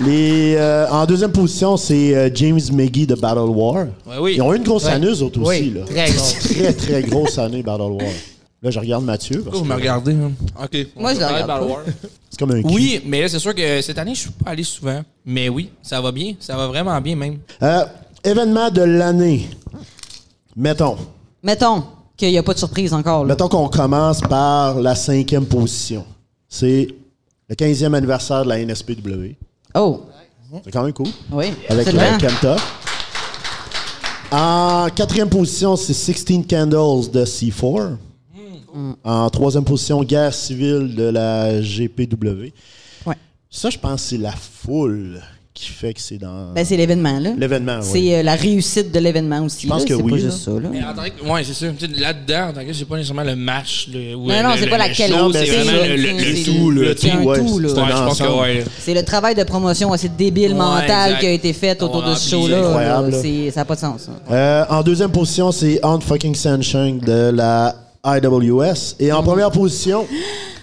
S1: Les, euh, en deuxième position, c'est euh, James McGee de Battle War.
S5: Ouais, oui.
S1: Ils ont eu une grosse
S2: Ouais.
S1: année, eux autres
S2: Oui,
S1: aussi. Là.
S2: très grosse.
S1: très, très grosse année, Battle War. Là, je regarde Mathieu. parce
S5: Pourquoi
S1: que
S5: vous me regardez? hein? OK.
S4: Moi, je
S5: On
S4: la
S5: peut parler de
S4: regarde
S5: Battle
S4: pas.
S5: War.
S1: C'est comme un cri.
S5: Oui, mais là, c'est sûr que cette année, je suis pas allé souvent. Mais oui, ça va bien. Ça va vraiment bien, même.
S1: Euh, événement de l'année. Mettons.
S4: Mettons qu'il n'y a pas de surprise encore. là.
S1: Mettons qu'on commence par la cinquième position. C'est le 15e anniversaire de la NSPW.
S4: Oh,
S1: C'est quand même cool.
S4: oui.
S1: Avec
S4: absolument.
S1: euh, Kenta. En quatrième position, c'est 16 Candles de C4. En troisième position, Guerre civile de la GPW.
S4: Ouais.
S1: Ça, je pense que c'est la foule qui fait que c'est dans
S4: Ben, c'est l'événement, là.
S1: l'événement.
S4: C'est
S1: oui.
S4: euh, la réussite de l'événement aussi.
S1: Je pense
S4: là.
S1: que
S4: C'est
S1: oui,
S4: pas
S1: là.
S4: juste ça, là.
S5: Mais en tant que- Ouais, c'est sûr. Tu sais, Là-dedans, en tant que c'est pas nécessairement le match. Le, ou,
S4: Non,
S5: euh,
S4: non,
S5: le-
S4: c'est
S5: le-
S4: pas la
S5: le
S4: quelle
S5: show,
S4: heure,
S5: C'est
S4: c'est-
S5: vraiment le, le-
S4: c'est-
S5: le tout, le,
S4: c'est un
S1: ouais,
S4: tout, là.
S1: c'est
S5: Ouais,
S1: un
S5: je pense que
S1: ensemble.
S5: ouais. là.
S4: C'est le travail de promotion assez débile
S5: Ouais,
S4: mental
S5: exact.
S4: qui a été fait autour
S5: On
S4: de ce
S5: remplit,
S4: show-là.
S1: incroyable,
S4: là.
S1: là.
S4: C'est- Ça n'a pas de sens. hein.
S1: Euh, en deuxième position, c'est On Fucking Sunshine de la IWS. Et en première position,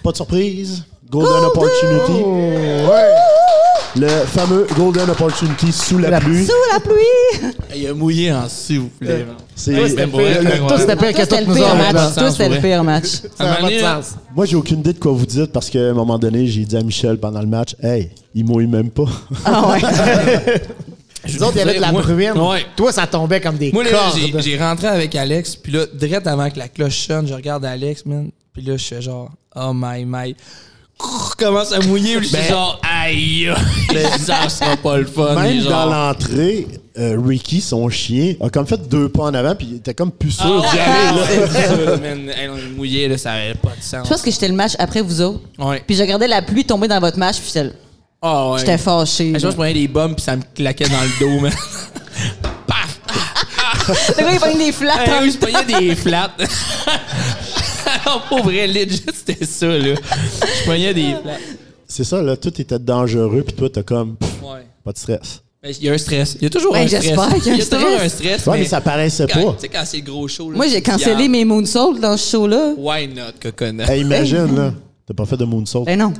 S1: pas de surprise, Golden, Opportunity. Ouais. Le fameux Golden Opportunity sous la, pluie.
S4: Sous la pluie!
S5: Il a mouillé en s'il vous plaît.
S1: C'est-
S5: Ouais, c'était
S1: le-
S5: pas-
S1: le-
S5: Ouais.
S2: Tout c'était pire que
S4: Toi, c'était
S2: toutes
S4: le
S2: nous
S4: pire
S2: autres.
S5: là.
S4: match. Toi, c'était le
S5: Ouais.
S4: pire match.
S5: À un
S2: Ça n'a
S5: moment
S2: pas de
S5: donné, là,
S2: sens.
S1: moi, j'ai aucune idée de quoi vous dites parce qu'à un moment donné, j'ai dit à Michel pendant le match Hey, il mouille même pas.
S4: Ah ouais.
S5: je
S2: Nous autres, il y avait de la
S5: moi-
S2: bruine.
S5: Ouais.
S2: Toi, ça tombait comme des
S5: Moi, là, j'ai-
S2: cordes.
S5: j'ai rentré avec Alex, puis là, direct avant que la cloche sonne, je regarde Alex, man, puis là, je suis genre, oh my my. Crrr, Commence à mouiller, puis je suis genre, aïe, ça sera pas le fun.
S1: Même
S5: les gens.
S1: dans l'entrée, euh, Ricky, son chien, a comme fait deux pas en avant, puis il était comme plus sûr.
S5: Ah,
S1: d'y
S5: ouais,
S1: aller, là.
S5: là. Man, hey, on est mouillé, là, ça avait pas de sens.
S4: Je pense que j'étais le match après vous autres.
S5: Ouais.
S4: Puis je regardais la pluie tomber dans votre match, puis j'étais-
S5: Ah, ouais.
S4: j'étais fâchée.
S5: Hey, Je pense que je
S4: Le
S5: prenais des bombes, puis ça me claquait dans le dos, man. Paf!
S4: gars, il pogne des flats.
S5: Hey,
S4: en
S5: oui, je
S4: même temps.
S5: prenais des flats. Alors, pour vrai, legit, c'était ça, là. Je prenais des flats.
S1: C'est ça, là, tout était dangereux, puis toi, t'as comme pff,
S5: Ouais.
S1: pas de stress.
S5: Mais il y a un stress. Il y a toujours
S4: Ben,
S5: un stress.
S4: j'espère qu'il y a un
S5: Il y a toujours
S4: stress.
S5: un stress.
S1: Ouais, mais ça paraissait
S5: quand-
S1: pas.
S5: Tu sais, quand c'est le gros show. là,
S4: Moi, j'ai
S5: tu te
S4: cancellé
S5: gardes.
S4: mes moonsaults dans ce show-là.
S5: Why not, coconut?
S1: Hey, imagine, là. T'as pas fait de moonsault.
S4: Ben non.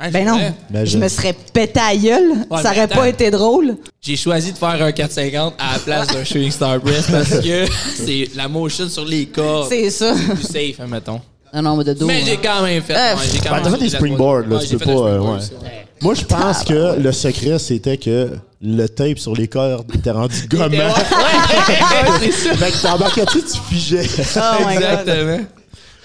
S5: Hein,
S4: Ben
S5: je
S4: non.
S5: dirais,
S1: Ben,
S4: je
S1: je-
S4: me serais pété à gueule.
S5: Ouais,
S4: ça aurait
S5: mais attends.
S4: pas été drôle.
S5: J'ai choisi de faire un 450 à la place d'un Shooting Star Press parce que c'est la motion sur les corps.
S4: C'est ça.
S5: plus safe, hein, mettons.
S4: Non, non, mais de dos.
S5: Mais
S4: hein.
S5: j'ai quand même fait.
S4: Euh,
S5: ouais, j'ai quand
S1: Ben,
S5: même
S1: t'as fait des
S5: la troisième.
S1: springboards, là,
S5: Ouais,
S1: tu
S5: j'ai
S1: peux
S5: fait des
S1: pas, euh,
S5: springboards, Ah,
S1: ouais.
S5: ça, ouais.
S1: Moi, je pense que le secret, c'était que le tape sur les cordes était rendu gommant.
S5: Ouais, c'est ça.
S1: fait que t'embarquais-tu, tu figeais.
S5: Ah,
S4: Oh my God.
S5: Exactement.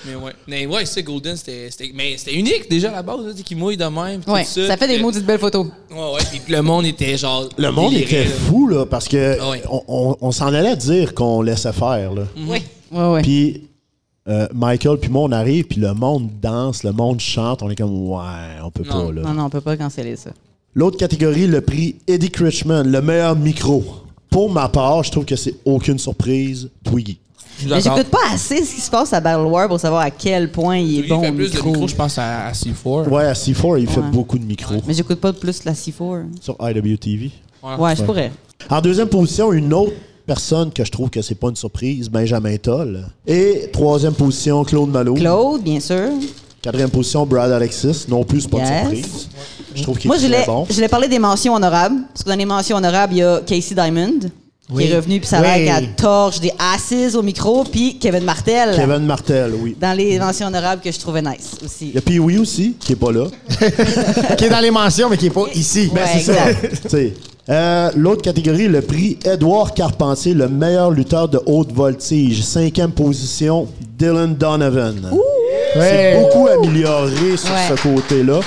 S5: Mais ouais. Mais ouais, c'est Golden, c'était. c'était- Mais c'était unique déjà à la base, là, tu sais, qu'il mouille de même. puis
S4: Ouais,
S5: tout ça,
S4: ça fait des
S5: Puis,
S4: maudites belles photos.
S5: Ouais, ouais. Puis que le monde était genre.
S1: Le monde
S5: déliré,
S1: était
S5: là.
S1: fou, là, parce que
S5: Ah ouais.
S1: on, on- on s'en allait dire qu'on laissait faire, là.
S5: Mhm.
S4: Oui. Ouais, ouais.
S1: Puis euh, Michael, puis moi, on arrive, puis le monde danse, le monde chante, on est comme, ouais, on peut
S5: Non.
S1: pas, là.
S4: Non, non, on peut pas canceller ça.
S1: L'autre catégorie, le prix Eddie Critchman, le meilleur micro. Pour ma part, je trouve que c'est aucune surprise, Twiggy.
S5: Je suis
S4: Mais
S5: d'accord.
S4: j'écoute pas assez ce qui se passe à Battle War pour savoir à quel point il est
S5: Lui,
S4: bon.
S5: il fait
S4: au
S5: plus de
S4: micro.
S5: micro, je pense, à, à C4.
S1: Ouais, à C4, il fait
S4: Ouais.
S1: beaucoup de micros
S4: Mais j'écoute pas plus la C4.
S1: sur IWTV.
S5: Ah.
S4: Ouais, je pourrais.
S1: En deuxième position, une autre personne que je trouve que c'est pas une surprise, Benjamin Toll. Et troisième position, Claude Malo.
S4: Claude, bien sûr.
S1: Quatrième position, Brad Alexis. Non plus, c'est pas
S4: Yes.
S1: une surprise. Je trouve qu'il
S4: Moi,
S1: est
S4: je voulais,
S1: très bon.
S4: je voulais parler des mentions honorables. Parce que dans les mentions honorables, il y a Casey Diamond,
S2: Oui.
S4: qui est revenu, puis ça va
S2: Oui.
S4: qu'elle torche des assises au micro, puis Kevin Martel,
S1: Kevin Martel, oui.
S4: dans les mentions honorables que je trouvais nice aussi.
S1: Il y a Pee-Wee aussi, qui est pas là.
S2: qui est dans les mentions, mais qui est pas ici.
S4: Ouais,
S1: Ben, C'est ça.
S4: exact.
S1: Tu sais. Euh, L'autre catégorie, le prix Edouard Carpentier, le meilleur lutteur de haute voltige. Cinquième position, Dylan Donovan.
S2: Ouais.
S1: C'est beaucoup amélioré sur
S4: Ouais.
S1: ce côté-là.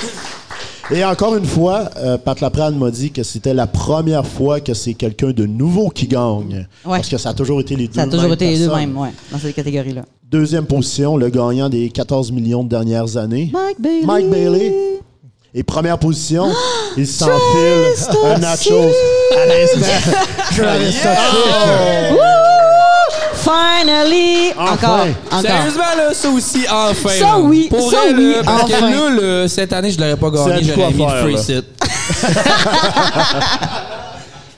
S1: Et encore une fois, euh, Pat Laprade m'a dit que c'était la première fois que c'est quelqu'un de nouveau qui gagne.
S4: Ouais.
S1: Parce que ça a toujours été les deux
S4: Ça a toujours
S1: mêmes
S4: été les deux
S1: personnes.
S4: mêmes, ouais, dans cette catégorie-là.
S1: Deuxième position, le gagnant des 14 millions de dernières années.
S4: Mike Bailey. Ah!
S1: Mike Bailey. Et première position, il s'enfile un nachos à l'instant.
S4: Finally!
S1: Enfin.
S4: Encore, encore.
S5: Sérieusement, là, ça aussi, enfin.
S4: Ça
S5: là.
S4: oui,
S5: Pour
S4: ça
S5: elle,
S4: oui,
S5: là, parce
S4: enfin.
S5: que là, là, cette année, je l'aurais pas
S1: Ça a
S5: gagné,
S1: de quoi
S5: j'aurais mis le
S1: faire,
S5: free
S1: là.
S5: sit.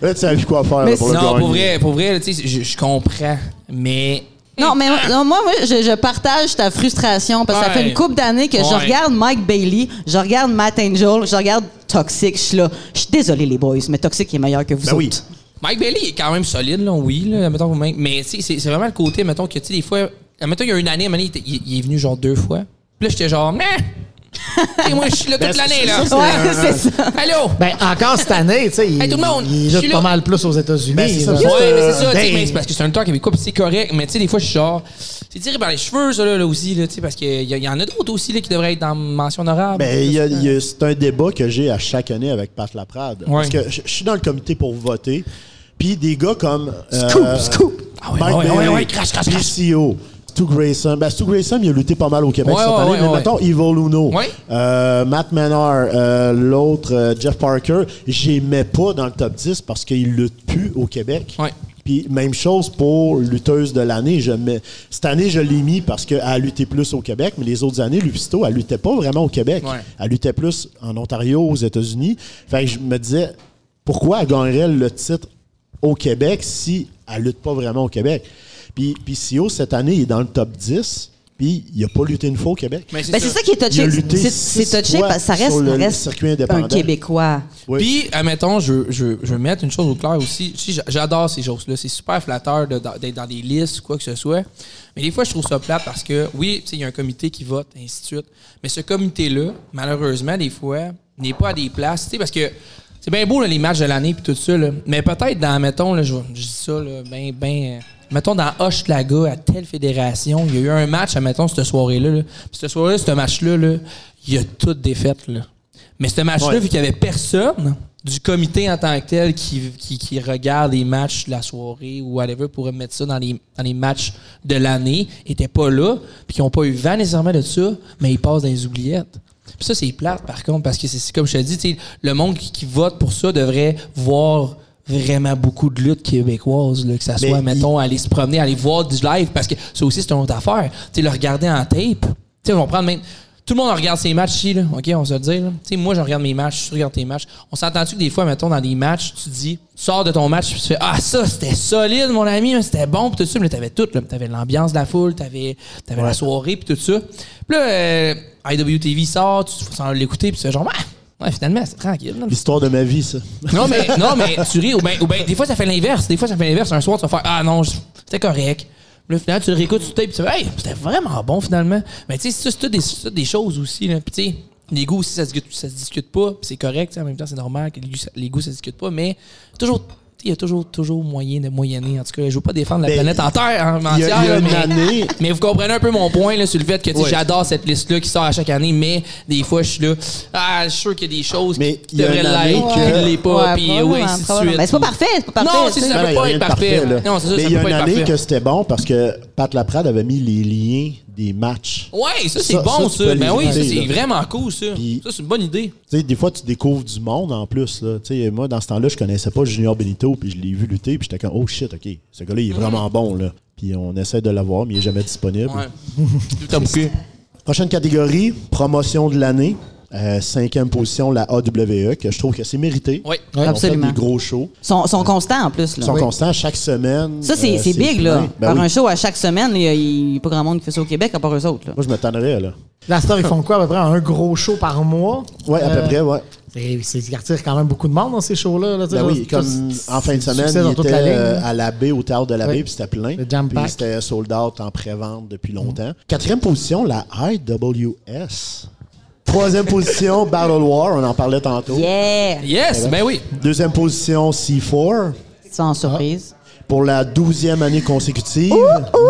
S1: Là, tu savais quoi faire là,
S4: Mais
S1: pour le
S5: Non,
S1: gagner.
S5: pour vrai, pour vrai, tu sais, je je comprends, mais.
S4: Non, mais non, moi, moi, je, je partage ta frustration parce que ça
S5: Ouais.
S4: fait une couple d'années que je
S5: Ouais.
S4: regarde Mike Bailey, je regarde Matt Angel, je regarde Toxic, je suis là. Je suis désolé, les boys, mais Toxic est meilleur que vous
S1: Ben
S4: autres.
S1: oui.
S5: Mike Bailey est quand même solide, là, oui, là, mettons, même. Mais tu sais, c'est c'est vraiment le côté, mettons, que tu sais, des fois, mettons, il y a une année, à un moment donné, il, était- il- il est venu genre deux fois. Puis là, j'étais genre, mais. Et moi, je suis là
S1: Ben,
S5: toute l'année,
S1: Ah,
S5: là.
S4: Ouais, c'est ça.
S5: Allô?
S2: Ben, encore cette année, tu sais, il,
S5: Hey, tout le monde,
S2: il
S5: je
S2: joue
S5: suis
S2: pas
S5: là.
S2: mal plus aux États-Unis.
S1: Ben, c'est ça,
S2: là.
S1: c'est
S5: Ouais,
S1: Juste,
S5: mais c'est ça, tu sais,
S2: dang.
S5: mais c'est parce que c'est un lutteur québécois, puis c'est correct. Mais tu sais, des fois, je suis genre, c'est tiré par les cheveux, ça, là, là, aussi, là, tu sais, parce qu'il y, a- y en a d'autres aussi, là, qui devraient être dans mention honorable.
S1: Ben, il y a- il y a- c'est un débat que j'ai à chaque année avec Pat Laprade. Parce que je je suis dans le comité pour voter. Puis des gars comme. euh,
S2: Scoop, scoop.
S5: Ah ouais,
S1: Mike
S5: ouais, ouais,
S1: Bailey,
S5: ouais, crash, crash, crash.
S1: PCO, Stu Grayson. Ben, Stu Grayson, il a lutté pas mal au Québec
S5: Ouais,
S1: cette
S5: ouais,
S1: année.
S5: ouais,
S1: mais
S5: ouais.
S1: mettons Evil Uno,
S5: Ouais.
S1: euh, Matt Menard, euh, l'autre, euh, Jeff Parker, j'aimais pas dans le top 10 parce qu'il lutte plus au Québec.
S5: Ouais.
S1: Puis même chose pour lutteuse de l'année. Je mets- Cette année, je l'ai mis parce qu'elle a lutté plus au Québec, mais les autres années, Lupisto, elle luttait pas vraiment au Québec.
S5: Ouais.
S1: Elle luttait plus en Ontario, aux États-Unis. Fait que je me disais, pourquoi elle gagnerait le titre au Québec si elle lutte pas vraiment au Québec? Puis PCO, cette année, il est dans le top 10, puis il a pas lutté une fois au Québec.
S5: Mais c'est
S4: Ben,
S5: ça.
S4: c'est ça qui est
S1: Il
S4: touché.
S1: a lutté
S4: C'est-
S1: six
S4: C'est touché
S1: fois
S4: parce que ça reste,
S1: sur le
S4: ça reste
S1: circuit indépendant.
S4: un Québécois.
S1: Oui.
S5: Puis, admettons, je, veux- je, veux- je veux mettre une chose au clair aussi. Tu sais, j'a- J'adore ces choses-là. C'est super flatteur de- d'être dans des listes ou quoi que ce soit. Mais des fois, je trouve ça plate parce que, oui, tu sais, il y a un comité qui vote, et ainsi de suite. Mais ce comité-là, malheureusement, des fois, n'est pas à des places. Tu sais, parce que c'est bien beau, là, les matchs de l'année puis tout ça. là. Mais peut-être dans, mettons, là, je, vais- je dis ça, là, ben, ben. euh, Mettons, dans Hochelaga, à telle fédération, il y a eu un match, admettons, cette soirée-là. là. Puis cette soirée-là, ce match-là, là, il y a toute défaite. Là. Mais ce match-là,
S1: Ouais.
S5: vu qu'il n'y avait personne du comité en tant que tel qui, qui, qui regarde les matchs de la soirée ou whatever pour mettre ça dans les, dans les matchs de l'année, n'étaient pas là, puis qui n'ont pas eu vent nécessairement de ça, mais ils passent dans les oubliettes. Puis ça, c'est plate, par contre, parce que c'est- c'est comme je te dis, tu sais, le monde qui, qui vote pour ça devrait voir vraiment beaucoup de luttes québécoises, là, que ça
S1: Mais
S5: soit,
S1: il-
S5: mettons, aller se promener, aller voir du live, parce que ça aussi, c'est une autre affaire. Tu sais, le regarder en tape, tu sais, on prend le même. Tout le monde regarde ses matchs ici, là. OK, on se le dit, là. Tu sais, moi, je regarde mes matchs, tu regardes tes matchs. On s'entend-tu que des fois, mettons, dans des matchs, tu dis, tu sors de ton match, puis tu fais, ah, ça, c'était solide, mon ami, hein, c'était bon, puis tout ça. Puis là, t'avais tout, là. T'avais l'ambiance de la foule, t'avais, t'avais la soirée, puis tout ça. Puis là, euh, IWTV sort, tu faut s'en l'écouter, puis tu fais genre, ah, ouais, finalement, c'est tranquille, là.
S1: L'histoire de ma vie, ça.
S5: Non, mais, non, mais tu ris. Ou bien, ou ben, des fois, ça fait l'inverse. Des fois, ça fait l'inverse. Un soir, tu vas faire Ah non, je- c'était correct. Puis Là, finalement, tu le réécoutes sur tape et tu fais Hey, c'était vraiment bon finalement. Mais tu sais, ça, c'est toutes des, c'est toutes des choses aussi. Là. Puis tu sais, les goûts aussi, ça se, discute- ça se discute pas. Puis c'est correct. tu sais, En même temps, c'est normal que les goûts, ça- les goûts, ça se discute pas. Mais toujours. Il y a toujours, toujours moyen de moyenner. En tout cas, je veux pas défendre la
S1: Ben,
S5: planète en terre en
S1: Il y a, il y a
S5: entière,
S1: une
S5: mais-
S1: année,
S5: mais vous comprenez un peu mon point là, sur le fait que tu sais,
S1: Ouais.
S5: j'adore cette liste-là qui sort à chaque année, mais des fois, je suis là, ah, je suis sûr qu'il y a des choses
S1: Mais
S5: qui
S1: il y a
S5: devraient
S1: une année
S5: l'être,
S1: que-
S5: qui ne l'est pas,
S4: Ouais,
S5: puis euh,
S4: probablement,
S5: ouais, ainsi de
S4: probablement.
S5: suite.
S4: Ben, c'est pas parfait, c'est pas parfait.
S5: Non,
S4: tu
S5: c'est
S4: sais.
S5: ça.
S1: Non,
S5: peut
S1: non, il y a
S5: pas
S1: rien
S5: être
S1: de
S5: parfait.
S1: là.
S5: Non, c'est ça,
S1: Mais
S5: ça
S1: il y a
S5: peut
S1: une
S5: pas être
S1: année
S5: parfait.
S1: que c'était bon parce que Pat Laprade avait mis les liens des matchs.
S5: Ouais, ça, c'est
S1: Ça, ça,
S5: bon, ça.
S1: tu peux
S5: Ben oui, ça,
S1: l'hésiter,
S5: c'est
S1: là.
S5: vraiment cool, ça.
S1: Puis-
S5: Ça, c'est une bonne idée.
S1: Tu sais, des fois, tu découvres du monde en plus. Là. Tu sais, Moi, dans ce temps-là, je connaissais pas Junior Benito, puis je l'ai vu lutter, puis j'étais comme, oh shit, OK, ce gars-là, il est vraiment bon. là. Puis on essaie de l'avoir, mais il est jamais disponible.
S5: Ouais. Tout à bouquet.
S1: Prochaine catégorie, promotion de l'année. Euh, cinquième position, la AWE, que je trouve que c'est mérité.
S5: Ouais.
S1: Ils ont fait
S4: Absolument.
S1: des gros shows.
S4: Ils sont, sont constants en plus.
S1: Ils
S4: Là.
S1: sont constants chaque semaine.
S4: Ça, c'est
S1: Euh,
S4: c'est big, là.
S1: plein. Ben
S4: Par
S1: oui.
S4: un show à chaque semaine, il y a- il n'y a pas grand monde qui fait ça au Québec à part eux autres. Là.
S1: Moi, je me tannerais, là.
S2: La star, ils font quoi à peu près? Un gros show par mois?
S1: Ouais,
S4: Euh,
S1: à peu près, ouais.
S2: C'est c'est ils retirent quand même beaucoup de monde dans ces shows-là. Là, tu sais,
S1: Ben
S2: genre,
S1: oui,
S2: tout-
S1: comme en fin de
S2: c'est du
S1: semaine,
S2: succès dans
S1: il
S2: toute
S1: était
S2: la ligne,
S1: euh,
S2: là.
S1: à la baie, au théâtre de la
S2: Oui.
S1: baie, puis c'était plein.
S2: Le jam
S1: Puis
S2: pack. Mhm.
S1: c'était sold out en pré-vente depuis longtemps. Quatrième position, la IWS. Troisième position, Battle War, on en parlait tantôt.
S4: Yeah!
S5: Yes, ben oui.
S1: Deuxième position, C4.
S4: Sans surprise.
S1: Pour la douzième année consécutive,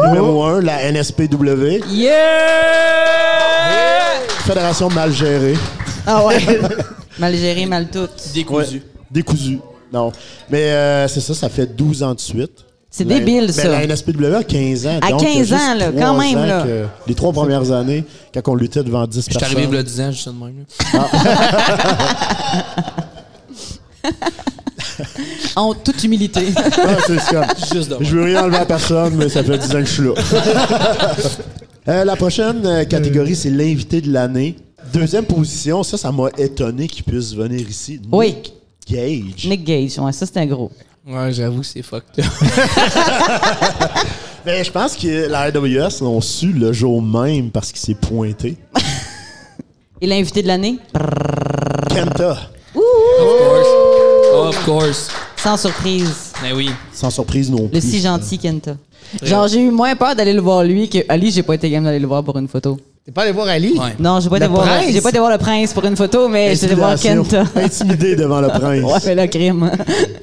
S1: numéro un, la NSPW,
S5: Yeah!
S1: Fédération mal gérée.
S4: Ah ouais! mal géré, mal tout.
S5: Décousu.
S1: Décousu. Non. Mais euh, c'est ça, ça fait 12 ans de suite.
S4: C'est
S1: La-
S4: débile,
S1: ben,
S4: ça.
S1: la NSPW a 15 ans.
S4: À
S1: donc, il y a
S4: 15 ans,
S1: juste
S4: là,
S1: trois
S4: quand même,
S1: ans
S4: là.
S1: que- les trois premières années, quand on luttait devant 10
S5: Je suis
S1: personnes.
S5: arrivé il y a 10 ans, je suis de même. là.
S4: En toute humilité.
S1: Ah, c'est- c'est comme,
S5: Juste de même.
S1: je veux rien enlever à personne, mais ça fait 10 ans que je suis là. Euh, la prochaine euh, catégorie, c'est l'invité de l'année. Deuxième position, ça, ça m'a étonné qu'il puisse venir ici.
S4: Oui.
S1: Nick Gage.
S4: Nick Gage, ouais, ça, c'est un gros.
S5: Ouais, j'avoue, c'est fucked. up.
S1: Ben, je pense que la RWS l'ont su le jour même parce qu'il s'est pointé.
S4: Et l'invité de l'année?
S1: Kenta.
S5: Of course. Of course.
S4: Sans surprise.
S5: Ben oui.
S1: Sans surprise non
S4: Le
S1: plus.
S4: si gentil Kenta. Genre, j'ai eu moins peur d'aller le voir lui que Ali, j'ai pas été game d'aller le voir pour une photo.
S2: T'es pas allé voir Ali?
S5: Ouais.
S4: Non, j'ai pas, été
S2: Le
S4: voir-
S2: prince?
S4: j'ai pas été voir le prince pour une photo, mais j'ai été voir Kenta.
S1: Intimidation. Intimidé devant le
S4: Ouais,
S1: prince.
S4: mais le crime.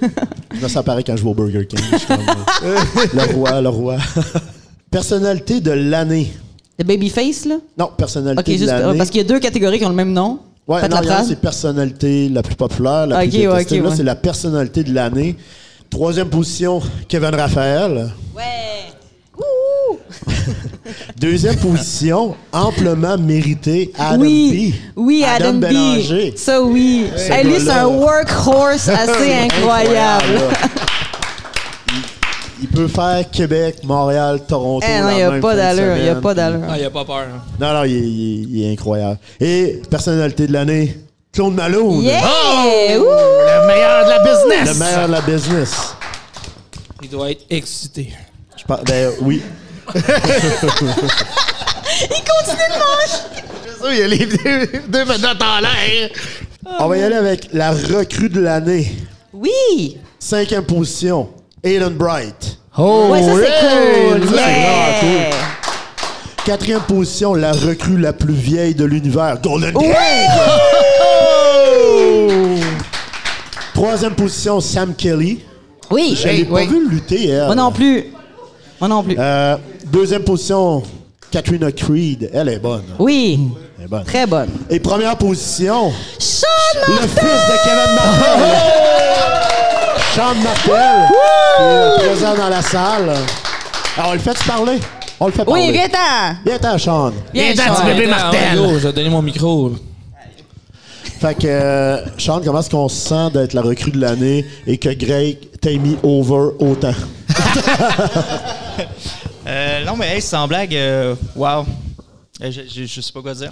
S1: Là, ça apparaît quand je vais au Burger King. Je suis comme, euh, le roi, le roi. Personnalité de l'année.
S4: Le babyface, là?
S1: Non, personnalité
S4: Ok, juste
S1: de l'année.
S4: parce qu'il y a deux catégories qui ont le même nom.
S1: Ouais,
S4: Pat
S1: non, il y en a,
S4: Laprade.
S1: c'est personnalité la plus populaire, la
S4: Ok,
S1: plus détestée.
S4: ok,
S1: Là,
S4: ouais.
S1: c'est la personnalité de l'année. Troisième position, Kevin Raphaël.
S4: Ouais.
S1: Deuxième position, amplement méritée, Adam
S4: oui,
S1: B.
S4: oui, Adam, B.
S1: Bélanger.
S4: Ça, oui.
S1: Ce
S4: Elle, lui, c'est
S1: gars-là,
S4: un
S1: là.
S4: workhorse assez incroyable.
S1: Il, il peut faire Québec, Montréal, Toronto.
S4: Eh non,
S1: la
S4: il n'y a
S1: même
S4: pas
S1: fin de
S4: d'allure. Il n'y a
S1: semaine.
S4: pas d'allure.
S5: Ah, il a pas peur. hein.
S1: Non, non, il, est- il est- il est incroyable. Et personnalité de l'année, Claude Malone.
S4: Yeah! Ouh!
S2: Le meilleur de la business!
S1: Le meilleur de la business.
S5: Il doit être excité.
S1: Je par- ben oui.
S2: Il y a les deux, deux vedettes en l'air.
S1: On va y aller avec la recrue de l'année.
S4: Oui!
S1: Cinquième position, Aiden Bright.
S2: Oh,
S4: Ouais, ça, c'est
S1: Ça,
S4: cool!
S1: c'est
S4: Yeah!
S1: vraiment Quatrième position, la recrue la plus vieille de l'univers, Golden Gate. Troisième position, Sam Kelly.
S4: Oui!
S1: Je l'ai pas vu lutter, elle.
S4: Moi non plus. Moi non plus.
S1: Euh, deuxième position, Katrina Creed. Elle est bonne.
S4: Oui,
S1: Elle est bonne.
S4: très bonne.
S1: Et première position,
S4: Sean
S1: le fils de Kevin Martel. Sean Martel, qui est présent dans la salle. Alors, on le fait parler? On le fait parler.
S4: Oui, viens-t'en!
S1: Viens t'en, Sean.
S4: Viens,
S2: Viens-t'en,
S4: Sean.
S2: tu bébé.
S5: Attends,
S2: Martel.
S5: oh, yo, Je vais donner mon micro.
S1: Ben, Fait que, euh, Sean, comment est-ce qu'on se sent d'être la recrue de l'année et que Greg t'ait mis over autant?
S6: Euh, non, mais hey, sans blague, euh, wow. Euh, Je, je, je sais pas quoi dire.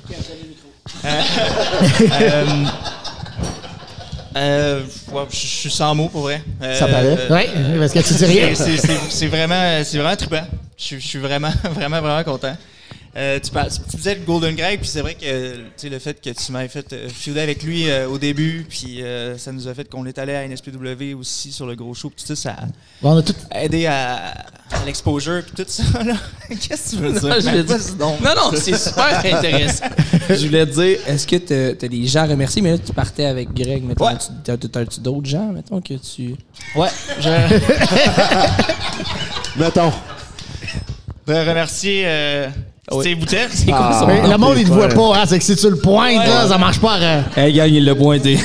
S6: Euh, euh, ouais, je je suis sans mots pour vrai. Euh,
S1: Ça paraît.
S6: euh,
S2: Oui, parce que tu dis rien.
S6: c'est- c'est- c'est- C'est vraiment, c'est vraiment trippant. Je, je suis vraiment, vraiment, vraiment content. Euh, tu, parles- tu disais le Golden Greg, puis c'est vrai que euh, tu sais, le fait que tu m'avais fait euh, feuder avec lui euh, au début, puis euh, ça nous a fait qu'on est allé à NSPW aussi sur le gros show, puis tout ça, ça
S2: Bon, on a tout.
S6: a aidé à, à l'exposure, puis tout ça. là. Qu'est-ce que tu veux dire? Ben,
S5: Non, je l'ai dit.
S6: Vas-y donc.
S5: Non, non, c'est super intéressant. Je voulais te dire, est-ce que t'as t'as des gens à remercier? Mais là, tu partais avec Greg. Mettons,
S6: Ouais.
S5: tu- t'as- t'as- T'as-tu d'autres gens, mettons, que tu.
S2: Ouais. je-
S1: Mettons.
S6: Je voudrais remercier euh,
S5: oui.
S6: Steve Boutet.
S5: Ah.
S2: Mais le monde, il te voit
S1: ouais.
S2: pas, hein. C'est que si tu le pointes, là, ça marche pas. hein.
S5: Hey, gang, il l'a pointé.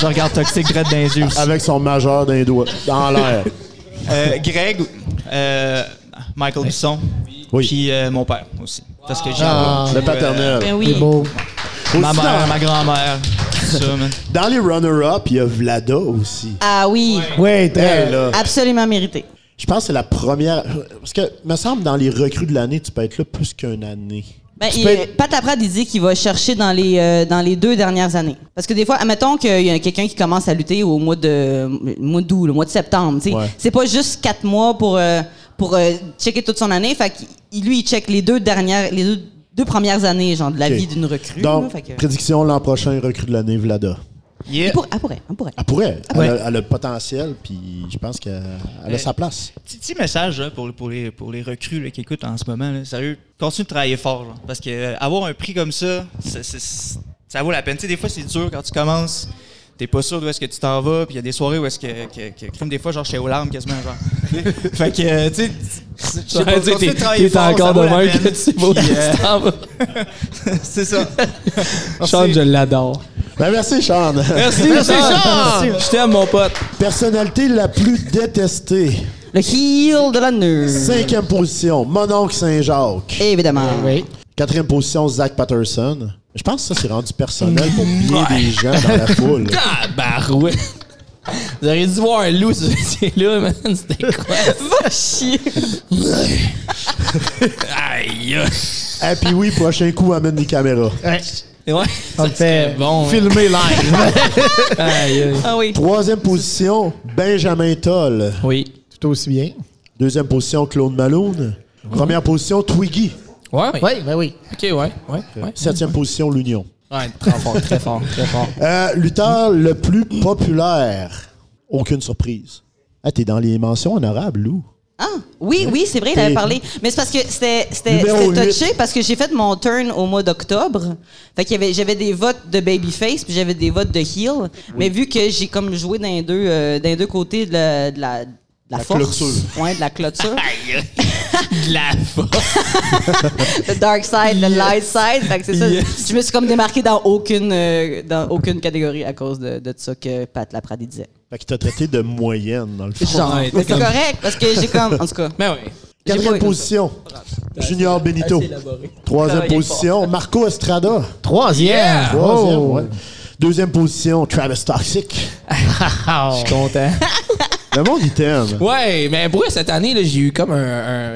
S6: Je regarde Toxic Dread dans les yeux aussi.
S1: Avec son majeur d'un doigt. Dans l'air.
S6: Euh, Greg, euh, Michael Bisson,
S1: Oui.
S6: puis euh, mon père aussi. Parce que j'ai
S2: Ah.
S1: Le
S6: euh,
S1: paternel.
S4: Ben oui.
S2: C'est beau.
S1: Aussi
S6: ma mère,
S1: dans,
S6: ma grand-mère. tout ça, man.
S1: dans les runner-up, il y a Vlada aussi.
S4: Ah oui,
S2: Oui, très.
S1: Elle, là.
S4: absolument mérité.
S1: Je pense que c'est la première. Parce que, me semble, dans les recrues de l'année, tu peux être là plus qu'une année.
S4: Ben,
S1: Tu
S4: il,
S1: peux être-
S4: Pat Laprade, il dit qu'il va chercher dans les, euh, dans les deux dernières années. Parce que des fois, admettons qu'il y a quelqu'un qui commence à lutter au mois de euh, mois d'août, le mois de septembre. tu sais.
S1: Ouais.
S4: C'est pas juste quatre mois pour, euh, pour euh, checker toute son année. Fait qu'il- lui, il check les deux dernières, les deux, deux premières années, genre, de la
S1: Ok.
S4: vie d'une recrue. là.
S1: Donc,
S4: Fait que-
S1: prédiction l'an prochain, recrue de l'année, Vlada.
S6: Yeah.
S4: Il pour- elle pourrait, elle pourrait.
S1: Elle pourrait. Elle,
S2: Ouais.
S1: a, elle a le potentiel, puis je pense qu'elle elle a
S6: Euh,
S1: sa place.
S6: Petit, petit message là, pour, pour, les, pour les recrues là, qui écoutent en ce moment. là. Sérieux, continue de travailler fort. là. parce que euh, avoir un prix comme ça, ça, ça- ça vaut la peine. Tu sais, des fois, c'est dur quand tu commences. T'es pas sûr d'où est-ce que tu t'en vas, puis il y a des soirées où est-ce que, que, que, crime des fois, genre, j'étais aux larmes quasiment, genre. fait que, euh, tu sais,
S5: Tu
S6: pas, continue de travailler fort, ça
S5: encore
S6: vaut
S5: de
S6: la
S5: même que
S6: peine.
S5: tu sais pas où
S6: Puis,
S5: tu
S6: euh,
S5: t'en vas.
S6: C'est ça.
S5: Sean, je l'adore.
S1: Ben, merci, Sean.
S5: Merci,
S2: Merci, Sean.
S5: Je t'aime, mon pote.
S1: Personnalité la plus détestée.
S4: Le heel de l'année.
S1: Cinquième position, mon oncle Saint-Jacques.
S4: Évidemment.
S2: Oui.
S1: Quatrième position, Zach Patterson. Je pense que ça, c'est rendu personnel pour bien des gens dans la foule.
S5: Ah, barouette. Vous auriez dû voir un loup, c'est là, man. C'était quoi?
S4: Va chier.
S5: Aïe!
S1: Et puis oui, prochain coup, amène les caméras.
S2: Ouais.
S5: Ouais.
S2: On le fait
S5: bon, hein.
S2: filmer live.
S5: Aïe, aïe.
S4: Ah oui.
S1: Troisième position, Benjamin Toll.
S5: Oui.
S2: Tout aussi bien.
S1: Deuxième position, Claude Malone. Première position, Twiggy.
S5: Ouais, ouais.
S2: Oui, ben oui.
S5: Ok, ouais, ouais, ouais.
S1: Septième position, l'Union.
S5: Ouais, très fort, très fort, très fort.
S1: Euh, lutteur le plus populaire. Aucune surprise. Ah, t'es dans les mentions honorables, Lou.
S4: Ah, oui, oui, c'est vrai, il avait
S1: Et-
S4: parlé. Mais c'est parce que c'était c'était-
S1: Numéro
S4: c'était
S1: huit.
S4: touché parce que j'ai fait mon turn au mois d'octobre. Fait qu'il y avait j'avais des votes de babyface puis j'avais des votes de heel. Mais vu que j'ai comme joué d'un deux euh, d'un deux côtés de la de la, de la
S1: La
S4: force,
S1: clôture.
S4: Ouais, de la clôture,
S5: De la force.
S4: le dark side, le light side. Fait que c'est ça. Je me suis comme démarqué dans aucune euh, dans aucune catégorie à cause de, de ça que Pat Laprade disait.
S1: Fait qu'il t'a traité de moyenne, dans le fond.
S4: Genre,
S5: Ouais,
S4: mais
S5: t'es
S4: c'est
S5: comme-
S4: correct parce que j'ai comme en tout cas.
S5: Ben oui.
S4: j'ai pas
S1: Quatrième
S4: eu comme ça.
S1: position, Junior Benito.
S5: élaboré.
S1: Troisième
S5: Travaillez
S1: position, Marco Estrada.
S2: Troisième.
S5: Yeah!
S1: Troisième,
S2: Oh.
S1: ouais. Deuxième position, Travis Toxic.
S2: Ah, oh.
S5: Content.
S1: Le monde, il t'aime.
S5: Ouais, mais pour vrai, cette année, là, j'ai eu comme un,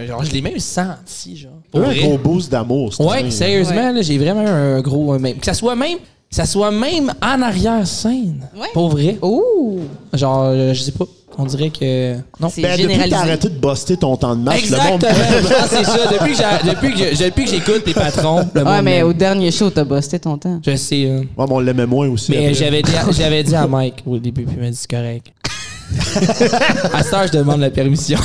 S5: un- Genre, je l'ai même senti, genre. Pour
S1: Un
S5: vrai.
S1: gros boost d'amour. cette année,
S5: Ouais,
S1: là.
S5: sérieusement, là, j'ai vraiment un gros. euh, même. Que ça soit même. Que ça soit même en arrière-scène.
S4: Ouais.
S5: Pour vrai.
S4: Ouh,
S5: Genre, euh, je sais pas. On dirait que. Non.
S4: c'est
S1: Ben, depuis que
S4: généralisé.
S1: t'as arrêté de buster ton temps
S5: Ben,
S1: de match,
S5: Exactement.
S1: le monde.
S5: Je pense que c'est ça. Depuis que j'ai- Depuis que je- depuis que j'écoute les patrons.
S1: Ah,
S5: le
S4: Ouais,
S5: monde
S4: mais
S5: m'aime.
S4: au dernier show, t'as busté ton temps.
S5: Je sais. hein.
S1: Ouais, mais on l'aimait moins aussi.
S5: Mais
S1: après.
S5: j'avais dit, à- j'avais dit à Mike au début, puis il m'a dit c'est correct. à cette heure, je demande la permission.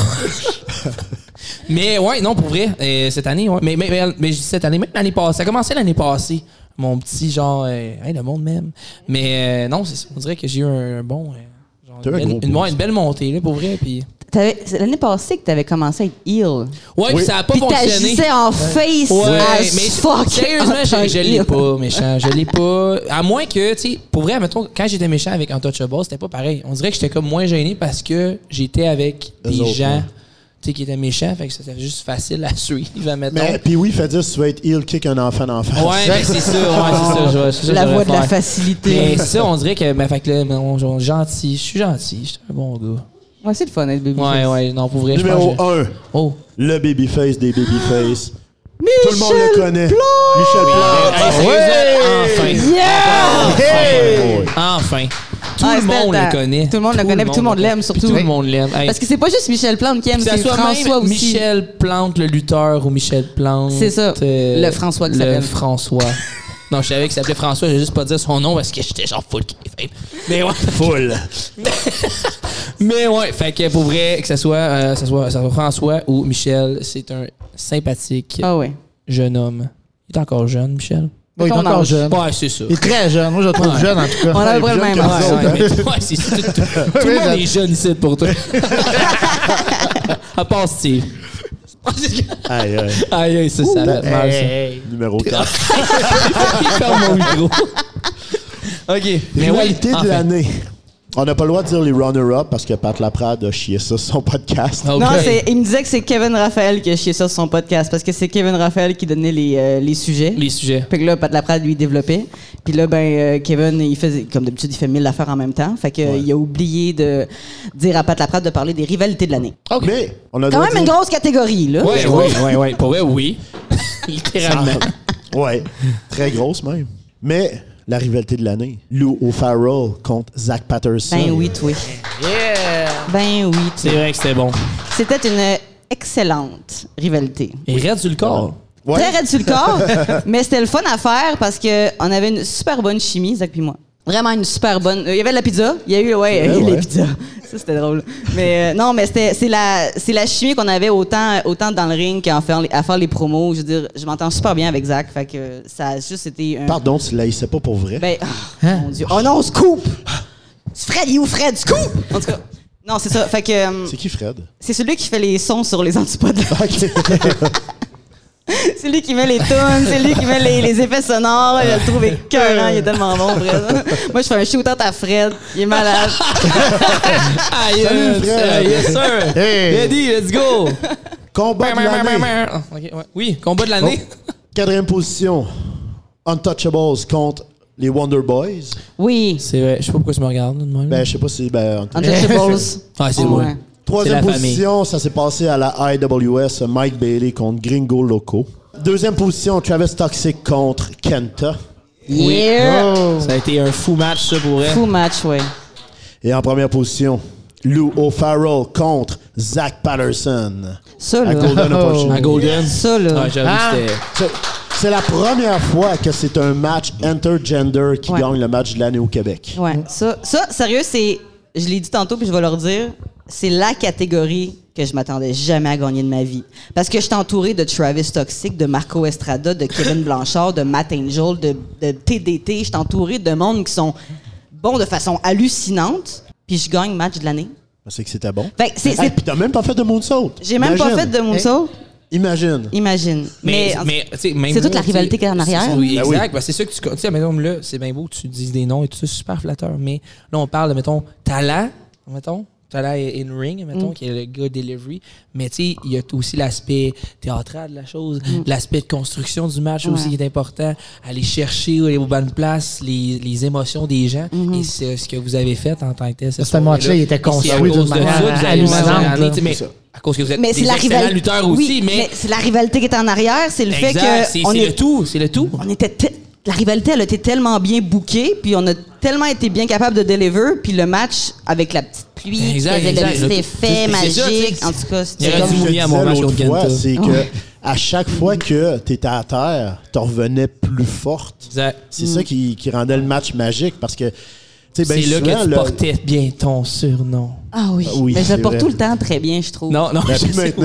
S5: mais ouais, non, pour vrai, euh, cette année, ouais. Mais, mais, mais, mais je dis cette année, même l'année passée, ça a commencé l'année passée. Mon petit genre, euh, hey, le monde même. Mais euh, non, c'est ça, on dirait que j'ai eu un, bon. euh, genre,
S1: T'as eu un
S5: une,
S1: gros
S5: belle, une-
S1: boost.
S5: ouais, une belle montée, là, pour vrai. Puis...
S4: T'avais- C'est l'année passée que t'avais commencé à être heel.
S5: Ouais, puis ça a pas
S4: Puis
S5: fonctionné.
S4: t'agissais en face
S5: Ouais,
S4: as
S5: mais
S4: fuck.
S5: sérieusement,
S4: en tant
S5: je, je
S4: que
S5: l'ai
S4: heel.
S5: pas, méchant. Je l'ai pas. À moins que, tu sais, pour vrai, mettons, quand j'étais méchant avec Untouchable, c'était pas pareil. On dirait que j'étais comme moins gêné parce que j'étais avec
S1: Eux
S5: des
S1: autres,
S5: gens,
S1: ouais.
S5: tu sais, qui étaient méchants, fait que c'était juste facile à suivre, admettons.
S1: Mais puis oui, fait dire si tu veux être heel kick un enfant d'enfance.
S5: Ouais, mais c'est ça, ouais, c'est ça. je vais- c'est ça que
S4: La
S5: je
S4: voix de la
S5: devrais faire.
S4: facilité.
S5: Mais ça, on dirait que, mais fait que là, non, genre, gentil, je suis gentil, je suis un bon gars.
S4: Ouais, c'est le fun d'être baby.
S5: Ouais, ouais, non, pour vrai, je pense
S1: Numéro
S5: que-
S1: 1,
S5: Oh,
S1: le babyface des babyface. Tout le monde le connaît. Michel Plante.
S5: Hey, sérieusement,
S4: Ah,
S5: Ah,
S4: Yeah!
S1: Hey!
S5: Enfin! Enfin! Tout
S4: Ah,
S5: le
S4: c'était
S5: monde
S4: ta-
S5: le connaît.
S4: tout le monde le connaît, puis tout le monde l'aime, surtout.
S5: Puis Tout le monde l'aime. Hey,
S4: Parce que c'est pas juste Michel Plante qui aime,
S5: que ça
S4: c'est
S5: soit
S4: François
S5: même
S4: aussi.
S5: Michel Plante, le lutteur, ou Michel Plante. euh,
S4: C'est ça. Le François qui
S5: Le
S4: s'appelle.
S5: François. non, je savais qu'il s'appelait François, j'ai juste pas dire son nom parce que j'étais genre full kayfabe. Mais ouais.
S1: Full.
S5: Mais ouais, fait que pour vrai, que ce soit, euh, ça soit, ça soit François ou Michel, c'est un sympathique
S4: Ah ouais.
S5: jeune homme. Il est encore jeune, Michel?
S2: Bon, il est
S4: Ton
S2: encore
S4: âge.
S2: jeune.
S5: Ouais, c'est ça.
S2: Il est très jeune. Moi, je le trouve
S5: Ouais.
S2: jeune, en tout
S4: On
S2: cas.
S4: a à peu près le
S1: jeune
S4: même
S1: comme
S5: Ouais,
S4: âge.
S1: autres,
S5: ouais, Ah mais- ouais, c'est tout, tout, tout- tout le
S2: Oui,
S5: monde
S2: ça-
S5: est jeune ici pour toi. à part Steve.
S1: Aïe, aïe.
S5: Aïe, aïe, ça, ça va être mal, ça.
S2: Hey.
S1: Numéro 4.
S5: Il ferme mon micro. OK. Mais ouais,
S1: Rivalité
S5: enfin.
S1: de l'année. On n'a pas le droit de dire les runner-up parce que Pat Laprade a chié ça sur son podcast.
S5: OK.
S4: Non, c'est- il me disait que c'est Kevin Raphaël qui a chié ça sur son podcast parce que c'est Kevin Raphaël qui donnait les, euh, les sujets.
S5: Les sujets.
S4: Puis que là, Pat Laprade, lui, développait. Puis là, ben, euh, Kevin, il faisait, comme d'habitude, il fait mille affaires en même temps. Fait que, euh, il a oublié de dire à Pat Laprade de parler des rivalités de l'année.
S1: Mais on a le
S4: Quand
S1: droit
S4: même
S1: de
S4: une
S1: dire-
S4: grosse catégorie, là.
S5: Ouais, Ben oui, oui, oui. Pour vrai, oui. Littéralement.
S1: Ah, Ouais, très grosse même. Mais la rivalité de l'année, Lou O'Farrell contre Zach Patterson.
S4: Ben oui, toi. Ben oui,
S5: C'est
S4: toi.
S5: vrai que c'était bon.
S4: C'était une excellente rivalité.
S5: Et raide sur le corps.
S1: Ouais.
S4: Très raide sur le corps, mais c'était le fun à faire parce que on avait une super bonne chimie, Zach puis moi. Vraiment une super bonne. euh, Il y avait de la pizza. Il y a eu, ouais, il y a eu
S1: ouais.
S4: les pizzas. Ça, c'était drôle. Mais euh, non, mais c'était, c'est, la, c'est la chimie qu'on avait autant, autant dans le ring qu'à faire, les- à faire les promos. Je veux dire, je m'entends super bien avec Zach. Fait que ça a juste été un.
S1: Pardon, Hein? tu la sais pas pour vrai.
S4: Ben, oh, mon Dieu. Oh non, on se coupe! Fred, il est où Fred? Scoop! En tout cas, non, c'est ça. Fait que euh,
S1: C'est qui Fred?
S4: c'est celui qui fait les sons sur les antipodes.
S1: Ok.
S4: C'est lui qui met les tunes, c'est lui qui met les, les effets sonores. Je le trouve écœurant, il est tellement bon, Fred. Moi, je fais un shoot-out à Fred. Il est malade.
S5: Aïe, euh,
S1: frère.
S5: euh, Yes, sir.
S2: Hey.
S5: Ready, let's go.
S1: Combat de l'année. Oh.
S5: Ok, ouais. Oui, combat de l'année.
S1: Quatrième position, Untouchables contre les Wonder Boys.
S4: Oui.
S5: C'est vrai. Je sais pas pourquoi tu me regardes de même.
S1: Ben, je sais pas si... Ben, Untouchables.
S4: Untouchables.
S5: ah, c'est
S4: Ouais.
S5: moi.
S1: Troisième
S5: C'est la famille.
S1: position, ça s'est passé à la IWS, Mike Bailey contre Gringo Loco. Deuxième position, Travis Toxic contre Kenta.
S4: Yeah.
S5: Oh. Ça a été un fou match, ça, pour vrai.
S4: Fou match, ouais.
S1: Et en première position, Lou O'Farrell contre Zach Patterson.
S4: Ça,
S1: À
S4: là.
S1: Golden
S5: Un
S1: Opportunity.
S5: golden.
S4: Ça, là.
S5: Ouais, j'avoue,
S2: Ah.
S5: c'était...
S1: C'est- C'est la première fois que c'est un match intergender qui
S4: Ouais.
S1: gagne le match de l'année au Québec.
S4: Ouais. Ça, ça, sérieux, c'est. Je l'ai dit tantôt, puis je vais leur dire. C'est la catégorie que je m'attendais jamais à gagner de ma vie. Parce que je suis entourée de Travis Toxic, de Marco Estrada, de Kevin Blanchard, de Matt Angel, de, de TDT. Je suis entourée de monde qui sont bons de façon hallucinante, puis je gagne match de l'année.
S1: C'est que c'était bon.
S4: Fait que Ben, c'est-
S1: Hey,
S4: c'est-
S1: puis t'as même pas fait de moonsault.
S4: J'ai même pas
S1: Imagine.
S4: fait de moonsault.
S1: Imagine.
S4: Imagine.
S5: Mais,
S4: en-
S5: mais, tu sais, même
S4: c'est toute
S5: nous,
S4: la
S5: tu sais,
S4: rivalité qu'il y a en arrière.
S5: c'est- Oui,
S1: Ben
S5: exact.
S1: oui.
S5: Parce que c'est sûr que tu. con- Tu sais, mettons, là, c'est bien beau, tu dis des noms et tout ça, c'est super flatteur. Mais là, on parle de, mettons, talent, mettons. Talent in ring,
S4: Mm.
S5: mettons, qui est le gars delivery. Mais tu sais, il y a aussi l'aspect théâtral de la chose, l'aspect de construction du match aussi
S4: Mm. Ouais.
S5: qui est important. Aller chercher aux bonnes places, les, les émotions des gens.
S4: Mm-hmm.
S5: Et c'est ce que vous avez fait en tant que tel. cette
S2: Ce
S5: soirée-là.
S2: match-là, il était
S5: Et c'est à
S2: construit
S5: cause
S2: d'une
S5: de
S2: manière
S5: ça que vous avez
S2: hallucinante,
S5: gagné,
S2: là.
S5: tu sais, Mais à cause que vous êtes
S4: Mais c'est
S5: des
S4: la
S5: excellents
S4: rivalité.
S5: lutteurs
S4: Oui,
S5: aussi, mais.
S4: c'est la rivalité qui est en arrière. C'est le
S5: Exact,
S4: fait
S5: c'est
S4: que. on
S5: c'est
S4: est
S5: le tout, c'est le tout.
S4: on était te- la rivalité elle a été tellement bien bookée puis on a tellement été bien capable de deliver puis le match avec la petite pluie
S5: Exact,
S4: qui faisait
S5: exact.
S4: le petit effet
S5: C'est ça,
S4: magique
S5: tu sais,
S4: en tout cas
S5: Il y
S4: c'était
S5: aurait
S1: Comme
S5: dû
S1: je
S4: comme
S5: mouiller à
S1: disais
S5: mon match
S1: l'autre
S5: contre
S1: fois,
S5: Kenta.
S1: c'est que à chaque fois que t'étais à terre, t'en revenais plus forte.
S5: Exact.
S1: C'est
S4: Hmm.
S1: ça qui, qui rendait le match magique parce que, tu sais, ben
S5: c'est là
S1: souvent,
S5: que tu
S1: le-
S5: portais bien ton surnom.
S4: ah oui,
S1: Ah oui,
S4: mais je
S1: c'est
S4: le porte
S1: vrai.
S4: tout le temps très bien je trouve
S5: Non, non,
S1: Ben,
S5: je
S1: plus
S5: sais,
S1: maintenant.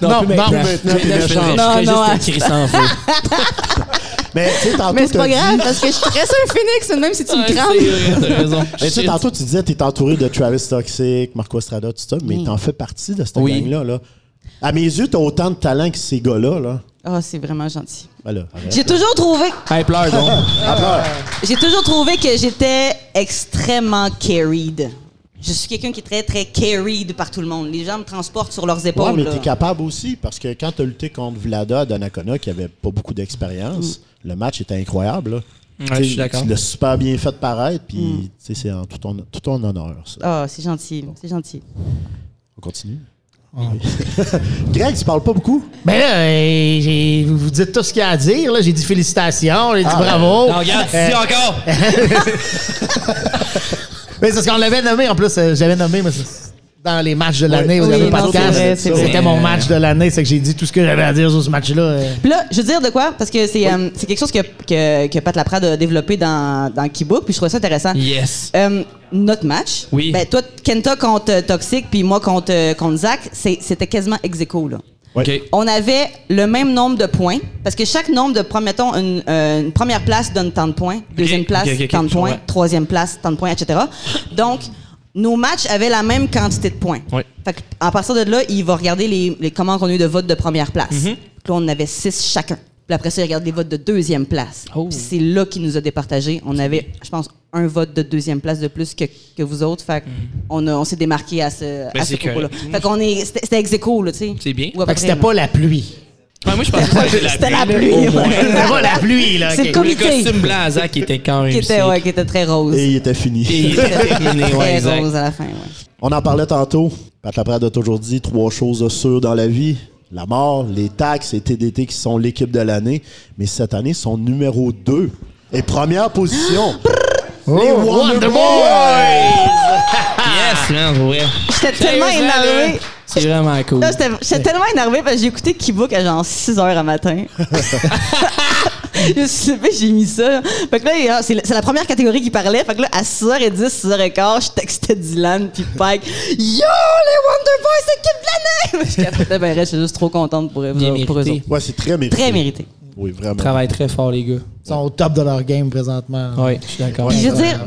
S5: Non,
S2: Non,
S5: plus
S2: non,
S5: maintenant.
S1: maintenant,
S5: Plus
S1: t'es
S5: maintenant, je
S1: méchant.
S5: ferais-
S4: Non,
S5: je ferais
S4: non,
S5: juste écrire ça en feu.
S1: Mais tu sais, tantôt,
S4: mais c'est
S1: t'as
S4: pas
S1: dit-
S4: grave parce que je suis très un phoenix même si tu me crames
S1: Mais tu sais, Ben, tantôt, tu disais, t'es entouré de Travis Toxic, Marco Estrada, tout ça, mais t'en fais partie de cette
S5: Mm. Oui.
S1: gang-là. Là. À mes yeux, t'as autant de talent que ces gars-là. Là. Ben
S4: oh c'est vraiment gentil
S1: Voilà.
S5: Ah,
S1: arrête.
S4: j'ai toujours trouvé
S5: Hey, pleure donc.
S4: j'ai toujours trouvé que j'étais extrêmement carried je suis quelqu'un qui est très très carried par tout le monde les gens me transportent sur leurs
S1: Ouais,
S4: épaules
S1: mais
S4: là.
S1: t'es capable aussi, parce que quand t'as lutté contre Vlada Danacona, qui avait pas beaucoup d'expérience, le match était incroyable. là.
S5: Mm. Ouais,
S1: Tu sais,
S5: je suis d'accord. Mm.
S1: Tu l'as super bien fait paraître, puis tu sais, c'est en tout ton, tout ton honneur. ça.
S4: Ah, c'est gentil, c'est gentil.
S1: On continue. Greg, tu parles pas beaucoup?
S2: Ben là, euh, j'ai- vous, vous dit tout ce qu'il y a à dire. là. J'ai dit félicitations, j'ai dit bravo.
S5: Non, regarde,
S2: Euh,
S5: ici encore!
S2: Mais c'est ce qu'on l'avait nommé. En plus, euh, j'avais nommé mais c'est- dans les matchs de l'année
S4: Oui,
S2: où il y avait
S4: non,
S2: pas de
S4: c'est
S2: casse.
S4: vrai, c'est vrai.
S2: C'était mon match de l'année, c'est que j'ai dit tout ce que j'avais à dire sur ce match-là. euh.
S4: Puis là, je veux dire de quoi? Parce que c'est euh, c'est quelque chose que, que, que Pat Laprade a développé dans, dans Keybook, puis je trouvais ça intéressant.
S5: Yes!
S4: Euh, notre match,
S5: Oui.
S4: ben, toi, Kenta contre euh, Toxic, puis moi contre, euh, contre Zach, c'est- c'était quasiment ex aequo, là.
S5: OK.
S4: On avait le même nombre de points, parce que chaque nombre de, pr- mettons, une, euh, une première place donne tant de points, deuxième place,
S5: ok, ok, ok,
S4: tant de
S5: je comprends.
S4: points, troisième place, tant de points, etc. Donc, nos matchs avaient la même quantité de points.
S5: Oui.
S4: Fait que, en partant de là, il va regarder les, les- comment on a eu de votes de première place.
S5: Mm-hmm.
S4: Puis Là, on en avait six chacun. Puis après ça, il regarde les votes de deuxième place.
S5: Oh.
S4: Puis c'est là qu'il nous a départagés. On avait, je pense, un vote de deuxième place de plus que, que vous autres. Fait que on, a- on s'est démarqué à ce,
S5: Mm-hmm. Ben,
S4: à ce
S5: c'est
S4: propos-là.
S5: correct.
S4: Fait qu'on est, c'était, c'était ex aequo, là, tu sais.
S5: C'est bien.
S4: Ou à peu
S2: Fait que c'était
S4: près,
S2: pas la pluie.
S5: Ouais, moi, je pense que c'était la
S4: C'était
S5: pluie,
S4: la
S5: là,
S4: pluie,
S5: au
S4: ouais.
S5: moins.
S2: C'était pas la pluie, là.
S4: C'est
S2: ok.
S4: le
S5: Le
S4: comité
S5: costume blanc à Zach était quand même.
S4: qui était,
S5: sick.
S4: ouais, qui était très rose.
S1: Et il était fini.
S5: Et il était terminé, ouais,
S4: très
S5: exact.
S4: rose à la fin, ouais.
S1: On en parlait tantôt. Pat Laprade a toujours dit trois choses sûres dans la vie. La mort, les taxes et TDT qui sont l'équipe de l'année. Mais cette année, son numéro 2 est première position. les
S2: Oh, Wonder Boys!
S5: Yes, man, pour vrai.
S4: J'étais tellement
S5: Sérieusement, là,
S4: énervée.
S5: C'est vraiment cool.
S4: Là, j'étais- j'étais tellement énervée parce que j'ai écouté Keybook à genre 6 h à matin. je me suis levée, j'ai mis ça. Fait que là, il y a- c'est la- c'est la première catégorie qui parlait. Fait que là, à 6h10, 6h15, je textais Dylan puis Pike. Yo, les Wonder Boys, équipe de l'année! je capotais ben, raide, j'étais juste trop contente pour, eux-
S5: Bien
S4: pour eux
S5: mérité.
S4: autres.
S1: Ouais, c'est très mérité.
S4: Très mérité.
S1: Oui, vraiment.
S5: Travaille très fort, les gars.
S2: Ils sont au top de leur game présentement.
S5: Ouais, je suis d'accord.
S4: Puis je veux dire,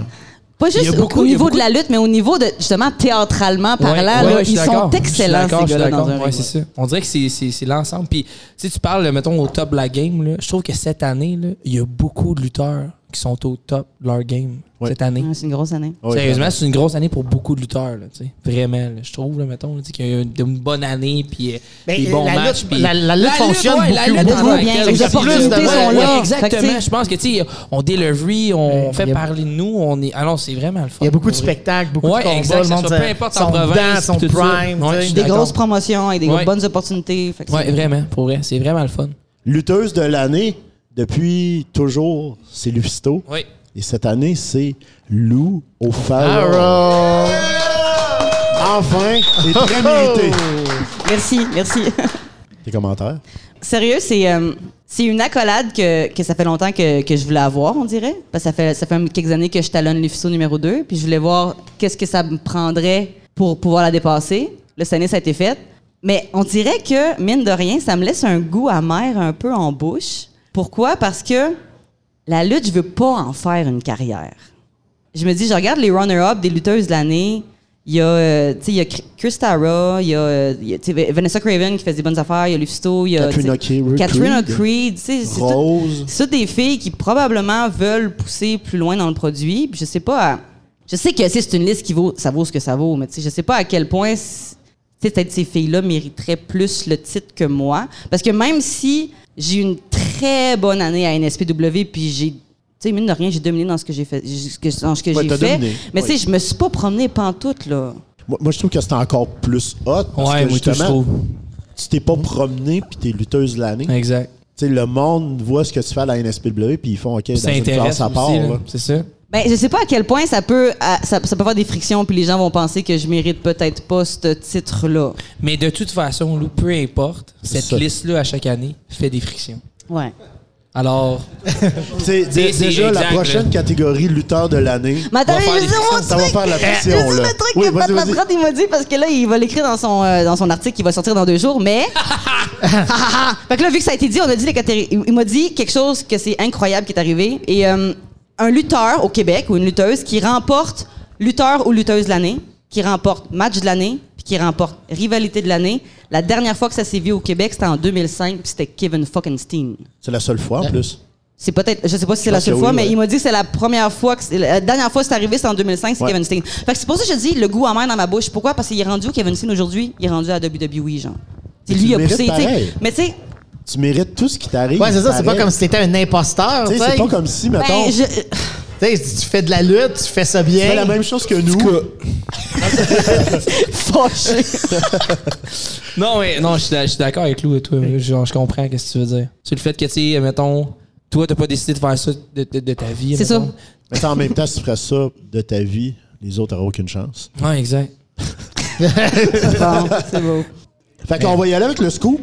S4: pas
S5: Il y
S4: juste
S5: a beaucoup,
S4: au
S5: il y a
S4: niveau
S5: beaucoup.
S4: de la lutte, mais au niveau de justement théâtralement parlant,
S5: Ouais,
S4: là,
S5: ouais, ouais, je suis
S4: ils sont
S5: d'accord.
S4: excellents
S5: Je suis d'accord,
S4: ces
S5: je suis
S4: gars-là dans
S5: d'accord.
S4: un
S5: Ouais,
S4: ring.
S5: c'est ça. On dirait que c'est- c'est c'est l'ensemble. Puis, tu sais, tu parles, mettons, au top de la game. là. Je trouve que cette année, là, il y a beaucoup de lutteurs qui sont au top de leur game
S1: Ouais.
S5: cette année.
S4: Ouais, C'est une grosse année.
S1: Ouais,
S5: Sérieusement, c'est une grosse année pour beaucoup de lutteurs. Là, tu sais. Vraiment, là, je trouve, là, mettons, là, tu sais, qu'il y a eu une bonne année, puis euh,
S2: Ben,
S5: des bons
S2: la lutte-
S5: matchs. puis-
S2: la- la lutte fonctionne
S5: ouais, la
S2: beaucoup,
S5: lutte
S2: beaucoup.
S5: en tant que telle
S4: Les
S5: aussi,
S4: opportunités
S5: là.
S4: sont là. Fait que, tu
S5: Exactement.
S4: sais-
S5: Je pense que, tu sais, on delivery, on
S2: Ouais,
S5: fait
S2: il y a-
S5: parler de nous. On est... Ah non, c'est vraiment le fun.
S2: Il y a beaucoup de
S5: pour vrai.
S2: spectacles, beaucoup
S5: Ouais,
S2: de combats.
S5: exact,
S2: le
S5: ça
S2: monde
S5: soit
S2: se-
S5: peu importe
S2: sont
S5: en province,
S2: dedans, sont
S5: puis tout ça.
S2: prime.
S5: Ouais,
S2: tu sais.
S5: je suis
S4: Des
S5: D'accord.
S4: grosses promotions et des
S5: Ouais.
S4: bonnes opportunités. Fait que
S5: Ouais,
S4: c'est-
S5: vraiment, pour vrai. C'est vraiment le fun.
S1: Lutteuse de l'année, depuis toujours, c'est Lufisto.
S5: Oui.
S1: Et cette année, c'est Lou au phare.
S2: Arrow.
S1: Enfin, c'est très mérité.
S4: Merci, merci.
S1: Tes commentaires?
S4: Sérieux, c'est euh, c'est une accolade que, que ça fait longtemps que, que je voulais avoir, on dirait. Parce que ça fait, ça fait quelques années que je talonne l'UFSO numéro 2, puis je voulais voir qu'est-ce que ça me prendrait pour pouvoir la dépasser. Là, cette année, ça a été fait. Mais on dirait que, mine de rien, ça me laisse un goût amer un peu en bouche. Pourquoi? Parce que la lutte, je veux pas en faire une carrière. je me dis, je regarde les runner-up des lutteuses de l'année. Il y a, euh, tu sais, il y a Cri- Chris Tara, il y a, euh, il y a, tu sais, Vanessa Craven qui fait des bonnes affaires, il y a Lufisto, il y a
S1: Katrina
S4: tu sais,
S1: Creed.
S4: Katrina Creed, tu sais, c'est tout-
S1: Rose.
S4: c'est toutes des filles qui probablement veulent pousser plus loin dans le produit. Puis je sais pas. à- je sais que si c'est une liste qui vaut, ça vaut ce que ça vaut, mais tu sais, je sais pas à quel point c- tu sais, peut-être ces filles-là mériteraient plus le titre que moi. Parce que même si j'ai eu une très bonne année à NSPW, puis j'ai. Tu sais, mine de rien, j'ai dominé dans ce que j'ai fait. j'ai- ce que- Dans ce que
S1: Ouais,
S4: j'ai
S1: t'as
S4: fait.
S1: dominé.
S4: Mais tu sais, je me suis pas promenée pantoute, là.
S1: Moi, moi, je trouve que c'est encore plus hot. Parce
S5: Ouais,
S1: que
S5: moi, tout, je
S1: justement,
S5: trouve.
S1: tu t'es pas promené puis t'es lutteuse de l'année.
S5: Exact.
S1: Tu sais, le monde voit ce que tu fais à la NSPW puis ils font OK,
S5: Ça
S1: dans une
S5: intéresse
S1: classe à part.
S5: aussi, là.
S1: là.
S5: C'est ça.
S4: Ben, je sais pas à quel point ça peut, à- ça, ça peut avoir des frictions, puis les gens vont penser que je mérite peut-être pas ce titre-là.
S5: Mais de toute façon, Lou, peu importe,
S1: C'est
S5: cette
S1: ça.
S5: liste-là, à chaque année, fait des frictions.
S4: Ouais.
S5: Alors,
S1: Tu sais, dé-
S5: C'est- c'est
S1: déjà, la
S5: exact,
S1: prochaine
S5: là. catégorie
S1: catégorie lutteur de l'année,
S4: Mais attends,
S5: On va faire
S4: je
S5: des
S4: veux dire, mon
S1: ça va faire la
S4: C'est
S1: pression.
S4: le
S1: là.
S4: truc
S1: Oui,
S4: que Pat
S1: vas-y, vas-y.
S4: Laprade, il m'a dit, parce que là, il va l'écrire dans son, euh, dans son article qui va sortir dans deux jours, mais. fait que là, vu que ça a été dit, on a dit les catégories. Il il m'a dit quelque chose que c'est incroyable qui est arrivé. Et euh, un lutteur au Québec ou une lutteuse qui remporte lutteur ou lutteuse de l'année, qui remporte match de l'année, puis qui remporte rivalité de l'année. La dernière fois que ça s'est vu au Québec, c'était en 2005, puis c'était Kevin fucking Steen.
S1: C'est la seule fois en plus.
S4: C'est peut-être, je sais pas si c'est la
S1: pense
S4: seule
S1: que
S4: fois,
S1: oui,
S4: mais
S1: ouais.
S4: il m'a dit que c'est la première fois, que c'est- la dernière fois que c'est arrivé, c'est en 2005, c'est
S1: Ouais.
S4: Kevin Steen. Fait que c'est pour ça que je dis le goût amer dans ma bouche. Pourquoi? Parce qu'il est rendu au Kevin Steen aujourd'hui, il est rendu à WWE, genre. C'est
S1: Mais
S4: lui
S1: tu
S4: qui a
S1: le mérites
S4: poussé, tu sais.
S1: pareil.
S4: Mais tu sais,
S1: Tu mérites tout ce qui t'arrive.
S2: Ouais, c'est ça, c'est pas
S1: pareil.
S2: comme si t'étais un imposteur.
S1: Tu
S2: Tu
S1: sais, c'est
S2: sais.
S1: pas comme si, mettons,
S4: ben, je-
S2: Tu sais, tu fais de la lutte, tu fais ça bien.
S1: tu fais la même chose que nous.
S4: Fâché.
S5: Non, mais non, je suis d'a- je suis d'accord avec Lou et toi. Genre, je comprends quest ce que tu veux dire. C'est le fait que, tu sais, mettons, toi, t'as pas décidé de faire ça de, de- de ta vie.
S4: C'est ça.
S5: mettons.
S1: Mais en même temps, si tu ferais ça de ta vie, les autres n'auront aucune chance.
S5: Ouais, exact.
S4: Bon, c'est beau.
S1: Fait
S4: Ben.
S1: qu'on va y aller avec le scoop.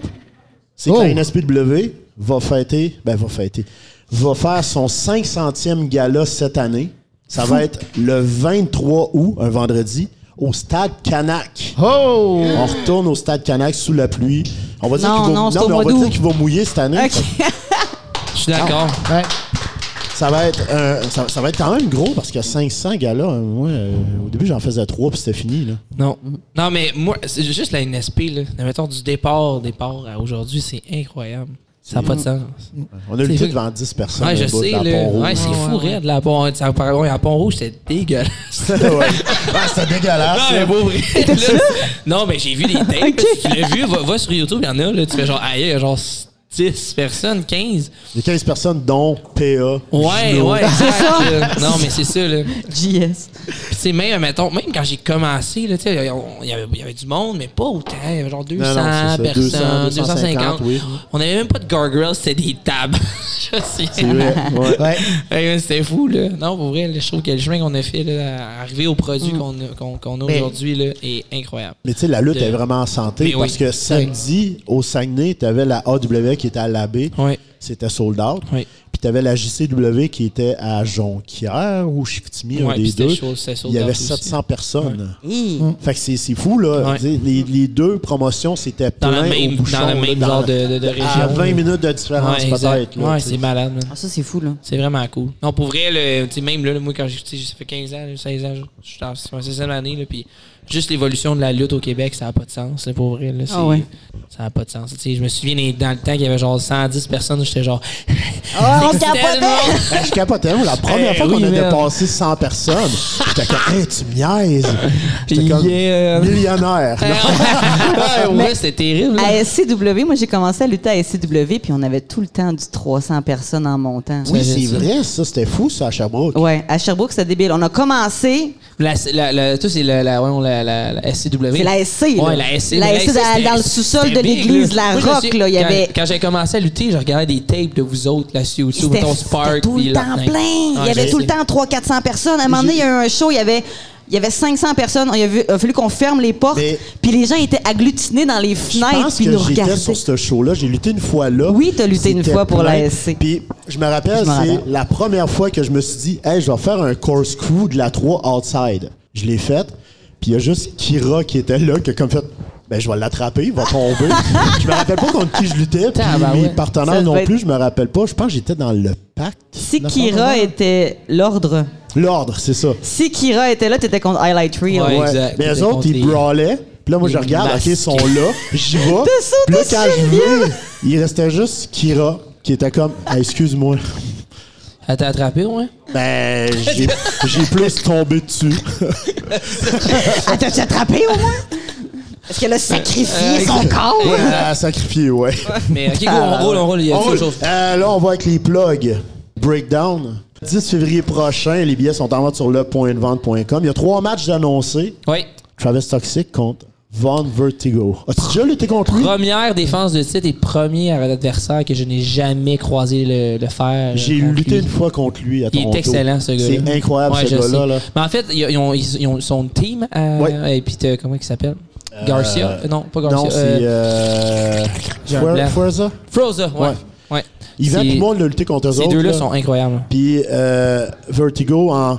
S1: C'est
S2: Oh.
S1: que la NSPW va fêter, ben va fêter, va faire son 500e gala cette année. Ça va être le 23 août, un vendredi, au Stade Canac.
S2: Oh!
S1: On retourne au Stade Canac sous la pluie. On va dire
S4: Non,
S1: qu'il va,
S4: non, c'est au
S1: mais on
S4: mois
S1: va
S4: d'août.
S1: dire qu'il va mouiller cette année.
S4: OK.
S5: Je suis d'accord.
S2: Ouais.
S1: Ça va être euh, ça, ça va être quand même gros parce qu'il y a 500 galas. euh, Moi, euh, au début, j'en faisais trois puis c'était fini. Là.
S5: Non. Non, mais moi, c'est juste la NSP, là. Mettons, du départ, départ à aujourd'hui, c'est incroyable. Ça
S1: Mm.
S5: n'a pas de sens.
S1: On a
S5: C'est
S1: lutté
S5: vrai.
S1: devant 10 personnes.
S5: Ouais, je
S1: debout
S5: sais,
S1: dans
S5: là.
S1: Pont-Rouge.
S5: Ouais, c'est fou, raide, là. à Pont- ça- pardon, À Pont-Rouge, c'était dégueulasse.
S1: Ouais. Ah, c'était dégueulasse.
S5: Non,
S1: là.
S5: mais beau vrai. là, Non, mais j'ai vu les tapes. là, si Tu l'as vu, va, va sur YouTube, il y en a, là. Tu fais genre, aïe, il y a genre 10 personnes, 15.
S1: Il y a 15 personnes, dont PA.
S5: Ouais,
S1: Gino.
S5: ouais, exact. là. Non, mais c'est ça, là.
S4: JS.
S5: Puis, tu sais, même, mettons, même quand j'ai commencé, là, tu sais, on- il y, avait, il y avait du monde, mais pas autant. Il y avait genre 200
S1: non, c'est ça,
S5: personnes,
S1: 200,
S5: 250.
S1: oui.
S5: On n'avait même pas de gargoyles, c'était des tables. je sais.
S1: C'est vrai. ouais.
S2: Ouais.
S5: Hey, mais c'était fou, là. Non, pour vrai, là, je trouve que le chemin qu'on a fait, là, à arriver au produit
S1: Mm.
S5: qu'on a, qu'on- qu'on a
S1: Ben,
S2: Mais-
S5: aujourd'hui, là, est incroyable.
S1: Mais tu sais, la lutte
S5: De-
S1: est vraiment en santé
S5: Mais oui.
S1: parce que samedi, au Saguenay, tu avais la AW qui était à l'Abbé.
S5: Oui.
S1: C'était sold out.
S5: Oui.
S1: Puis tu avais la JCW qui était à Jonquière ou Chicoutimi,
S5: Ouais,
S1: un des
S5: puis c'était
S1: deux.
S5: chaud, c'était sold
S1: Il y avait
S5: out aussi.
S1: 700 personnes. Mmh.
S4: Hi.
S1: Fait que c'est c'est fou, là.
S5: Ouais.
S1: Tu sais, Les, les deux promotions, c'était
S5: Dans la
S1: plein
S5: même-
S1: au
S5: dans
S1: bouchon,
S5: la
S1: là,
S5: même genre de- de- de
S1: À
S5: région,
S1: 20
S5: là.
S1: minutes de différence,
S5: Ouais, exact.
S1: peut-être. là,
S5: Ouais,
S1: tu sais.
S5: c'est malade, là.
S4: Ah, ça, c'est fou, là.
S5: C'est vraiment cool. Non, pour vrai, le, tu sais, même là, là, moi, quand j'ai tu sais, ça fait 15 ans, là, 16 ans, je suis dans ma 16e année, là, puis juste l'évolution de la lutte au Québec, ça n'a pas de sens, là, pour vrai. Là, c'est-
S4: Ah ouais.
S5: Ça n'a pas de sens. Tu sais, je me souviens, les- dans le temps qu'il y avait genre 110 personnes, j'étais genre.
S4: on
S5: C'est
S4: capotait!
S5: tellement-
S1: Ah, Je capotais. moi, La première
S5: Eh
S1: fois qu'on
S5: oui,
S1: a
S5: man.
S1: dépassé 100 personnes, j'étais comme, hey, tu me niaises. J'étais comme
S5: Yeah.
S1: millionnaire.
S5: Ah, ouais, ouais, c'était terrible. là.
S4: À SCW, moi, j'ai commencé à lutter à SCW, puis on avait tout le temps du 300 personnes en montant.
S1: Oui, c'est vrai, ça, c'était fou, ça, à Sherbrooke.
S4: Ouais, à Sherbrooke, c'était débile. On a commencé,
S5: La, la, la, tout c'est la, la, voyons, la, la, la SCW.
S4: C'est la SC, là.
S5: Ouais, la SC.
S4: La
S5: mais
S4: SC, dans-
S5: c'était-
S4: dans le sous-sol
S5: c'était
S4: de
S5: big,
S4: l'église,
S5: là.
S4: la
S5: Moi, je me
S4: rock,
S5: souviens,
S4: là, il y
S5: quand-
S4: avait-
S5: Quand j'ai commencé à lutter, je regardais des tapes de vous autres, là, sur YouTube,
S4: C'était
S5: mettons
S4: c'était
S5: Spark.
S4: tout
S5: puis
S4: le temps
S5: Lightning.
S4: plein. Il
S5: Ouais,
S4: y avait
S5: je
S4: tout le
S5: sais.
S4: temps 300-400 personnes. À un moment donné, il y a eu un show, il y avait... Il y avait 500 personnes. Il a, vu- il a fallu qu'on ferme les portes.
S1: Mais-
S4: Puis les gens étaient agglutinés dans les
S1: Je
S4: fenêtres
S1: pense
S4: puis
S1: que
S4: nous
S1: j'étais
S4: regardaient.
S1: sur ce show-là. J'ai lutté une fois là.
S4: Oui, t'as lutté une
S1: C'était
S4: fois pour la
S1: plein.
S4: SC.
S1: Puis, je me rappelle,
S4: Je me rappelle.
S1: c'est la première fois que je me suis dit, hey, je vais faire un course crew de la 3 outside. Je l'ai fait. Puis, il y a juste Kira qui était là, qui a comme fait, ben, je vais l'attraper, il va tomber. je me rappelle pas contre qui je luttais. Puis, mes
S5: Tabarouette.
S4: ben Ça
S1: partenaires non
S4: devait être-
S1: plus, je me rappelle pas. Je pense que j'étais dans le pacte.
S4: Si
S1: Dans le
S4: Kira
S1: fond,
S4: était l'ordre,
S1: L'ordre, c'est ça.
S4: si Kira était là, t'étais contre Highlight Reel.
S5: Ouais.
S1: Ouais.
S5: Exact.
S1: Mais
S5: T'étais
S1: eux autres,
S5: contre les-
S1: ils brawlaient. Puis là, moi, je
S5: les
S1: regarde, OK,
S5: masques.
S1: ils sont là. J'y vais.
S4: ça,
S1: Puis là,
S4: t'es
S1: quand je vais, il restait juste Kira, qui était comme, Ah, excuse-moi.
S5: Elle t'a attrapé, ouais?
S1: Ben, j'ai j'ai plus tombé dessus.
S4: Elle t'a attrapé au moins? Est-ce qu'elle a sacrifié
S5: Euh,
S4: son corps?
S1: À sacrifier, ouais.
S5: Mais ok, go, on roule, on roule, il y a
S1: On
S5: autre
S1: roule.
S5: chose.
S1: Euh, là, on va avec les plugs. Breakdown. 10 février prochain, les billets sont en vente sur le.invente.com. Il y a trois matchs annoncés.
S5: Oui.
S1: Travis Toxic contre Von Vertigo. As-tu déjà lutté contre lui?
S5: Première défense de titre et premier adversaire que je n'ai jamais croisé le, le faire. euh,
S1: J'ai
S5: contre
S1: lutté
S5: lui.
S1: une fois contre lui à
S5: Il
S1: Toronto.
S5: est excellent, ce gars-là.
S1: C'est incroyable,
S5: Ouais,
S1: ce
S5: je
S1: gars-là.
S5: sais.
S1: là.
S5: Mais en fait, ils, ils ont, ils, ils ont son team. euh,
S1: Ouais.
S5: Et puis, t'as- comment il s'appelle Garcia Non, pas Garcia.
S1: Non,
S5: euh,
S1: c'est... Euh,
S5: j'ai un
S1: Fuer-
S5: blanc.
S1: Fuerza?
S5: Froza, ouais.
S1: Ouais.
S5: ouais.
S1: Yvan
S5: C'est-
S1: et moi, on a lutté contre eux
S5: Ces
S1: autres,
S5: deux-là
S1: là.
S5: sont incroyables.
S1: Puis euh, Vertigo, en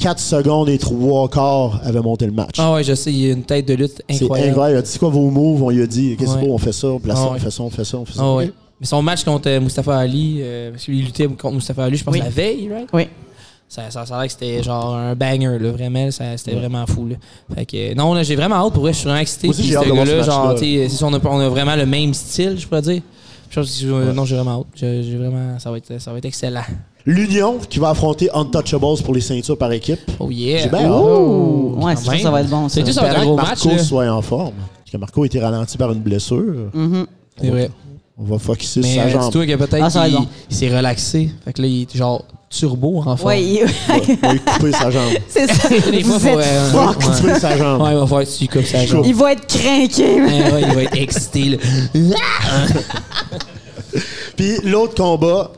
S1: 4 secondes et 3 quarts, avait monté le match.
S5: Ah ouais, je sais, il a une tête de lutte
S1: c'est
S5: incroyable.
S1: incroyable. Il a dit, c'est quoi vos moves? On lui a dit, qu'est-ce que
S5: Ouais.
S1: c'est beau, on fait ça, on place ça,
S5: Ah
S1: on
S5: ouais.
S1: fait ça, on fait ça, on fait ça.
S5: Ah ouais. Mais son match contre euh, Mustafa Ali, euh, parce qu'il luttait contre Mustafa Ali, je pense,
S4: Oui.
S5: la veille, right?
S4: Oui.
S5: Ça, ça, ça a l'air que c'était genre un banger, là, vraiment. ça- C'était vraiment fou. Là. Fait que, euh, non, là, j'ai vraiment hâte. Pour vrai, je suis vraiment excité.
S1: Moi aussi,
S5: Puis
S1: j'ai
S5: ce
S1: hâte de voir ce
S5: gars-là, genre,
S1: match-là.
S5: tu sais, c'est ça, on a, on a vraiment le même style, je pourrais dire. Je pense que, euh, Non, j'ai vraiment hâte. Je- J'ai vraiment, ça, va être, ça va être excellent.
S1: L'Union, qui va affronter Untouchables pour les ceintures par équipe.
S5: Oh yeah!
S1: J'ai bien hâte.
S4: Oh! Ouais,
S5: Quand
S4: c'est sûr
S5: même.
S4: que ça va être bon, ça.
S5: C'est tout, ça va être un
S1: Espérant
S5: gros
S1: que
S5: match.
S1: Marco
S5: là.
S1: soit en forme. Parce que Marco a été ralenti par une blessure.
S5: C'est vrai.
S1: On va focuser sur
S5: Mm. Mais
S1: sa
S5: euh,
S1: jambe.
S5: dis-toi que peut-être
S4: Ah, ça va
S5: qu'il-
S4: être bon.
S5: il s'est relaxé. Fait que là, il est genre turbo renfort.
S4: Oui,
S1: Ouais, on va lui couper sa jambe.
S4: c'est ça.
S5: Des fois,
S4: Vous
S5: faut,
S4: êtes
S5: euh,
S4: fuck.
S5: ouais.
S1: Couper sa jambe.
S5: Ouais, il va falloir que tu coupes sa jambe.
S4: Il va être craqué. man.
S5: Ouais, ouais, il va être excité. là.
S1: Puis l'autre combat,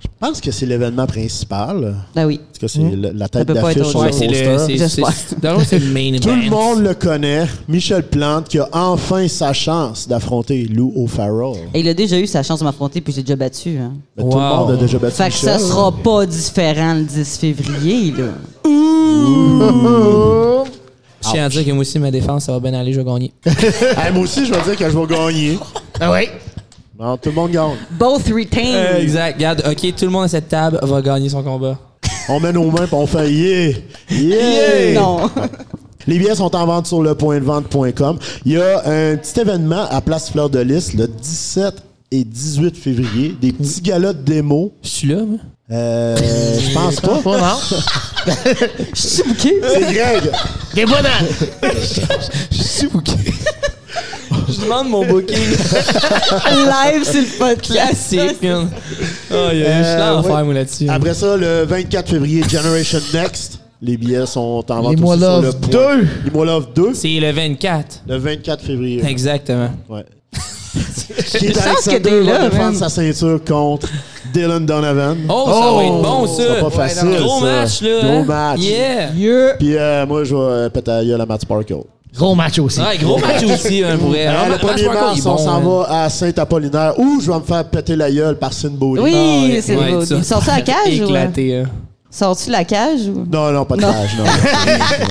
S1: je pense que c'est l'événement principal.
S4: Ben oui.
S1: Parce que c'est le- la
S4: Ça
S1: tête
S4: peut pas
S1: d'affiche
S4: être
S1: sur
S5: Ouais,
S1: le
S4: autre
S5: c'est
S1: poster.
S5: le. c'est-
S4: J'espère.
S5: c'est- Dans l'autre, c'est le main
S1: Tout le
S5: event.
S1: monde le connaît, Michel Plante, qui a enfin sa chance d'affronter Lou O'Farrell.
S4: Et il a déjà eu sa chance de m'affronter, puis j'ai déjà battu. Hein.
S1: Ben, Tout le
S5: Wow.
S1: monde a déjà battu
S4: Fait que ça
S1: Michel.
S4: sera pas différent le 10 février, là.
S5: Je tiens à dire que moi aussi, ma défense, ça va bien aller, je vais gagner.
S1: Hey, Eh, moi aussi, je vais dire que je vais gagner.
S2: Ah oui.
S1: Bon, tout le monde gagne.
S4: Both retained.
S5: Exact. Regarde, OK, tout le monde à cette table va gagner son combat.
S1: On met nos mains et on fait yeah! Yeah!
S4: Non.
S1: Les billets sont en vente sur lepointdevente.com. Il y a un petit événement à Place Fleur de Lys le 17 et 18 février. Des petits galas de démo.
S5: Je suis là, moi.
S1: Euh, je pense pas.
S2: Pas non.
S1: C'est Greg.
S2: Des bonnes.
S5: Je suis booké. Je demande mon booking
S4: Live, c'est le podcast.
S5: classique, man. Oh, il y a eu
S1: Euh,
S5: à
S1: ouais.
S5: faire, moi, là-dessus.
S1: Après ça, le 24 février, Generation Next. Les billets sont en vente
S2: Les
S1: aussi
S2: Mois
S1: sur le
S2: Love
S1: point.
S2: 2.
S1: Les Mois Love 2.
S5: C'est le 24.
S1: Le 24 février.
S5: Exactement.
S1: Ouais. Qui est
S4: chance
S1: Alexander
S4: que t'es là,
S1: va défendre
S4: man.
S1: sa ceinture contre Dylan Donovan.
S5: Oh, ça va être bon, ça.
S1: C'est pas facile,
S5: Gros
S1: ça.
S5: match, là.
S1: Gros
S5: hein?
S1: match.
S5: Yeah.
S1: Puis euh, moi, je vais euh, péter la gueule à Matt Sparkle.
S2: Gros match aussi.
S5: Ouais, gros match aussi, hein, pour vrai.
S1: Euh,
S5: Alors,
S1: le
S5: Matt
S1: 1er
S5: Sparkle, il
S1: mars,
S5: est
S1: on
S5: bon,
S1: s'en
S5: hein.
S1: va à Saint-Apollinaire où je vais me faire péter la gueule par Sin Bodhi.
S4: Oui,
S5: Ah, ouais,
S4: c'est
S5: ouais,
S4: le beau.
S5: ça.
S4: Sors-tu la cage ou...
S5: Éclaté, hein.
S4: Sors-tu la cage ou...
S1: Non, non, pas de
S4: Non.
S1: cage, non.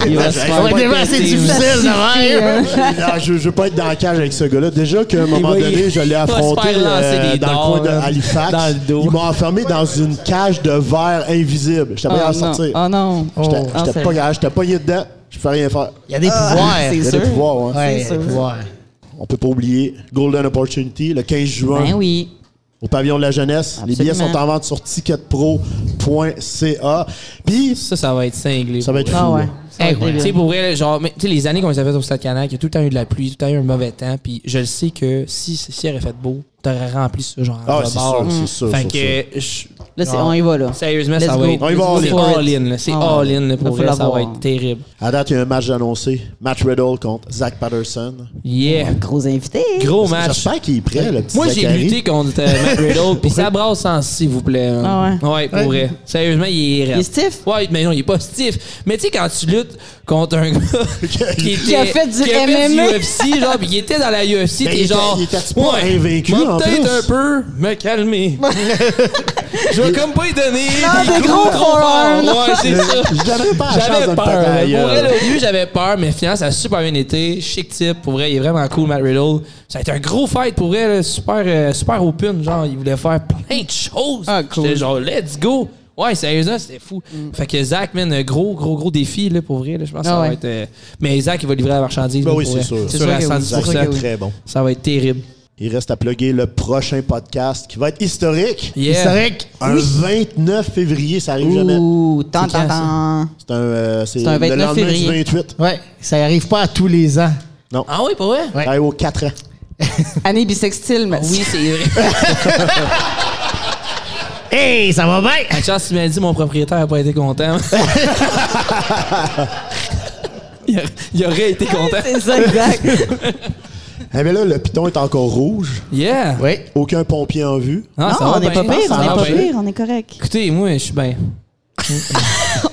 S5: Il va se faire
S2: Ouais, déjà, c'est
S5: péter, man.
S2: difficile, là, ouais.
S4: Euh,
S1: Non, je, je veux pas être dans la cage avec ce gars-là. Déjà qu'à un moment
S5: va-
S1: donné, je
S5: il
S1: l'ai
S5: va se
S1: affronté
S5: faire lancer
S1: euh,
S5: des
S1: dans
S5: dards,
S1: le coin de
S5: là,
S1: Halifax.
S5: dans le dos.
S1: Ils m'ont enfermé dans une cage de verre invisible. J'étais pas capable de
S4: non.
S1: sortir.
S4: Oh non.
S1: J'étais-
S4: Ah,
S1: J'étais
S4: c'est-
S1: pas capable, j'étais pogné dedans. Je pouvais rien faire.
S2: Il y a des pouvoirs.
S4: Ah,
S1: Il
S4: c'est
S1: y a des
S4: sûr.
S1: pouvoirs, hein.
S2: Ouais, il y a des
S4: C'est sûr.
S2: pouvoirs.
S1: On peut pas oublier Golden Opportunity le 15 juin
S4: Ben oui.
S1: au pavillon de la jeunesse. Les billets
S4: Absolument.
S1: sont en vente sur ticketpro.ca. Puis
S5: Ça, ça va être cinglé.
S1: ça va être fou.
S4: Ah ouais.
S1: là.
S4: Ça va être
S2: Incroyable.
S5: Tu sais,
S4: débile.
S5: pour vrai, là, genre, mais, tu sais, les années qu'on les a faites au Stade Canac, il y a tout le temps eu de la pluie, tout le temps eu un mauvais temps, puis je le sais que si, si il aurait fait beau, t'aurais rempli ça, genre, en
S1: Ah, c'est sûr,
S5: rebord.
S4: Mm.
S1: c'est sûr.
S5: Fait
S1: c'est sûr.
S5: que, je-
S4: Là, c'est-
S1: Ah.
S5: genre,
S4: on y va, là.
S5: Sérieusement,
S4: Let's
S5: ça va
S4: go.
S5: être.
S1: On y va all
S5: C'est
S1: in.
S5: all-in, là. C'est
S4: Ah ouais.
S5: all-in, là,
S4: Là,
S5: pour
S4: faut
S5: vrai, ça
S4: l'avoir.
S5: va être terrible.
S1: À date, il y a un match annoncé. Match Riddle contre Zach Patterson.
S5: Yeah.
S4: Gros invité.
S5: Gros match.
S1: J'espère qu'il est prêt, le petit
S5: Moi, j'ai
S1: Zachary.
S5: lutté contre euh, Matt Riddle, puis ça brasse sans s'il vous plaît. hein.
S4: Ah
S5: ouais? pour vrai. Sérieusement, il est raide.
S4: Il est stiff?
S5: Ouais, mais non, il est pas stiff. Mais tu sais, quand tu luttes contre un gars qui, était-
S4: a fait du
S5: qui a fait
S4: MMA.
S5: UFC, genre, puis qui était dans la UFC,
S1: Mais il
S5: t'es
S1: était-
S5: genre...
S1: il était-tu pas invaincu,
S5: moi,
S1: en
S5: peut-être
S1: plus?
S5: un peu me calmer. Je vais comme pas y donner
S4: des gros
S5: trop
S4: forearms.
S5: forts. Ouais, c'est ça.
S1: Je donnerais pas la chance de
S5: J'avais
S1: le
S5: peur.
S1: péter à la
S5: Pour
S1: gueule.
S5: vrai, là, au début, j'avais peur, mais finalement, ça a super bien été. Chic type, pour vrai, il est vraiment cool, Matt Riddle. Ça a été un gros fight, pour vrai, là, super, euh, super open. Genre, il voulait faire plein de choses.
S4: Ah, cool. Mm.
S5: J'étais genre, let's go. Ouais, sérieusement, c'était fou. Fait que Zach, man, un gros, gros, gros défi, là, pour vrai. là. Je pense que ça
S4: Ah ouais.
S5: va être. euh, Mais Zach, il va livrer la marchandise.
S1: Ben
S5: là,
S1: oui,
S5: pour
S1: c'est
S5: vrai.
S1: sûr.
S5: C'est
S1: C'est
S5: sûr, à
S4: sûr que oui.
S5: 110
S4: C'est sûr que oui.
S1: Très bon.
S5: Ça va être terrible.
S1: Il reste à plugger le prochain podcast qui va être historique.
S5: Yeah.
S2: Historique.
S1: Un 29 février, ça arrive jamais.
S4: Ouh, tant,
S5: C'est quand,
S4: tant, tant.
S1: C'est un, euh, c'est
S4: C'est un 29
S1: le lendemain du
S4: février.
S1: 28.
S2: Ouais, ça arrive pas à tous les ans.
S5: Ah oui, pour vrai?
S2: Ouais.
S1: Ça arrive aux 4 ans.
S4: Année bisextile, mais...
S5: Oui, c'est vrai.
S2: Hey, ça va bien!
S5: La chance, il m'a dit mon propriétaire n'a pas été content. il, a- il aurait été content.
S4: C'est ça, exact.
S1: Eh bien là, le piton est encore rouge.
S5: Yeah! Ah,
S2: Oui.
S1: Aucun pompier en vue.
S4: Non,
S5: ça va
S4: on n'est
S5: bien.
S4: pas pire,
S5: Ça
S4: on n'est
S5: va
S4: pas
S5: bien.
S4: pire, on est correct.
S5: Écoutez, moi, je suis bien.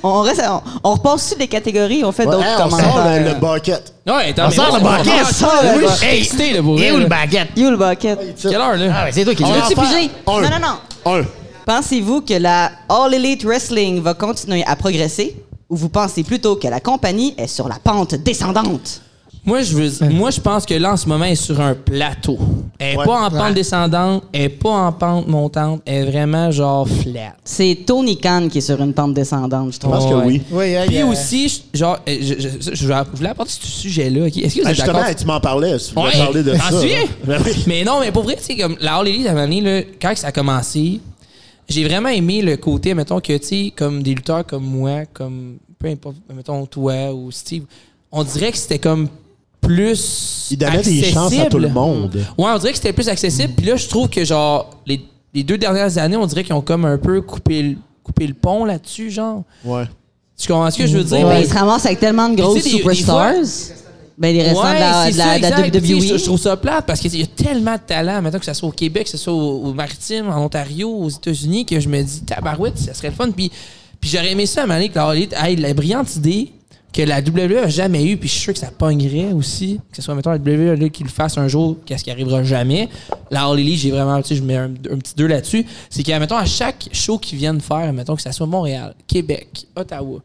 S4: On, reste, on, on repasse sur des catégories, on fait
S1: Ouais,
S4: d'autres
S1: hey, on
S4: commentaires.
S1: sort le, le bucket.
S5: Ouais, attends,
S2: On
S5: mais
S2: sort le baguette!
S4: on sort le
S2: Oui,
S4: baguette.
S2: hey,
S5: excité, là, pour
S2: il est
S5: vrai,
S2: où le
S5: là.
S2: baguette?
S4: You le bucket.
S5: Quelle heure,
S2: Ah,
S5: là?
S2: ouais, c'est toi qui
S1: On
S2: l'as.
S4: Veux-tu
S1: va en faire
S4: piger?
S1: un.
S4: Non, non, non.
S1: Un.
S4: Pensez-vous que la All Elite Wrestling va continuer à progresser ou vous pensez plutôt que la compagnie est sur la pente descendante?
S5: Moi, je veux, moi, je pense que là, en ce moment, elle est sur un plateau. Elle est
S1: Ouais.
S5: pas en pente
S2: Ouais.
S5: descendante, elle est pas en pente montante, elle est vraiment genre flat.
S4: C'est Tony Khan qui est sur une pente descendante, je
S1: Je
S4: trouve.
S1: pense
S5: Ouais.
S1: que oui.
S2: Oui, hey,
S5: Puis
S2: euh,
S5: aussi, je- genre, euh, je, je, je- je voulais apporter ce sujet-là. ok? Est-ce que
S2: ben,
S5: vous
S1: Ah,
S5: êtes
S1: justement,
S5: d'accord?
S1: hey, tu m'en parlais. Tu voulais
S5: Ouais.
S1: parler de
S5: Ah,
S1: ça.
S5: si?
S1: là. Ben oui.
S5: Mais non, mais pour vrai, c'est comme la All Elite, à un moment donné, là, quand ça a commencé, j'ai vraiment aimé le côté, mettons, que, tu sais, comme des lutteurs comme moi, comme peu importe, mettons, toi ou Steve, on dirait que c'était comme plus.
S1: Il donnait des
S5: accessible.
S1: chances à tout le monde.
S5: Ouais, on dirait que c'était plus accessible. Puis là, je trouve que, genre, les, les deux dernières années, on dirait qu'ils ont comme un peu coupé le couper le pont là-dessus, genre.
S1: Ouais.
S5: Tu comprends ce que je veux dire?
S4: Ben,
S5: Ben,
S4: ils se ramassent avec tellement de
S5: Mais
S4: grosses
S5: tu sais, des- des
S4: superstars. ben, les restants de la,
S5: c'est
S4: de
S5: ça,
S4: la, E. de la
S5: exact. Puis,
S4: WWE.
S5: Je, je trouve ça plate parce qu'il y a tellement de talent, maintenant que ce soit au Québec, que ce soit au, au Maritime, en Ontario, aux États-Unis, que je me dis, tabarouette, ça serait le fun. Puis, puis j'aurais aimé ça à Mané, que leur- hey, la brillante idée que la WWE a jamais eue, puis je suis sûr que ça pognerait aussi, que ce soit, mettons, la WWE là, qui le fasse un jour, qu'est-ce qui arrivera jamais. La All Elite, j'ai vraiment, tu sais, je mets un, un petit 2 là-dessus. C'est qu'à, mettons, à chaque show qu'ils viennent faire, mettons que ce soit Montréal, Québec, Ottawa,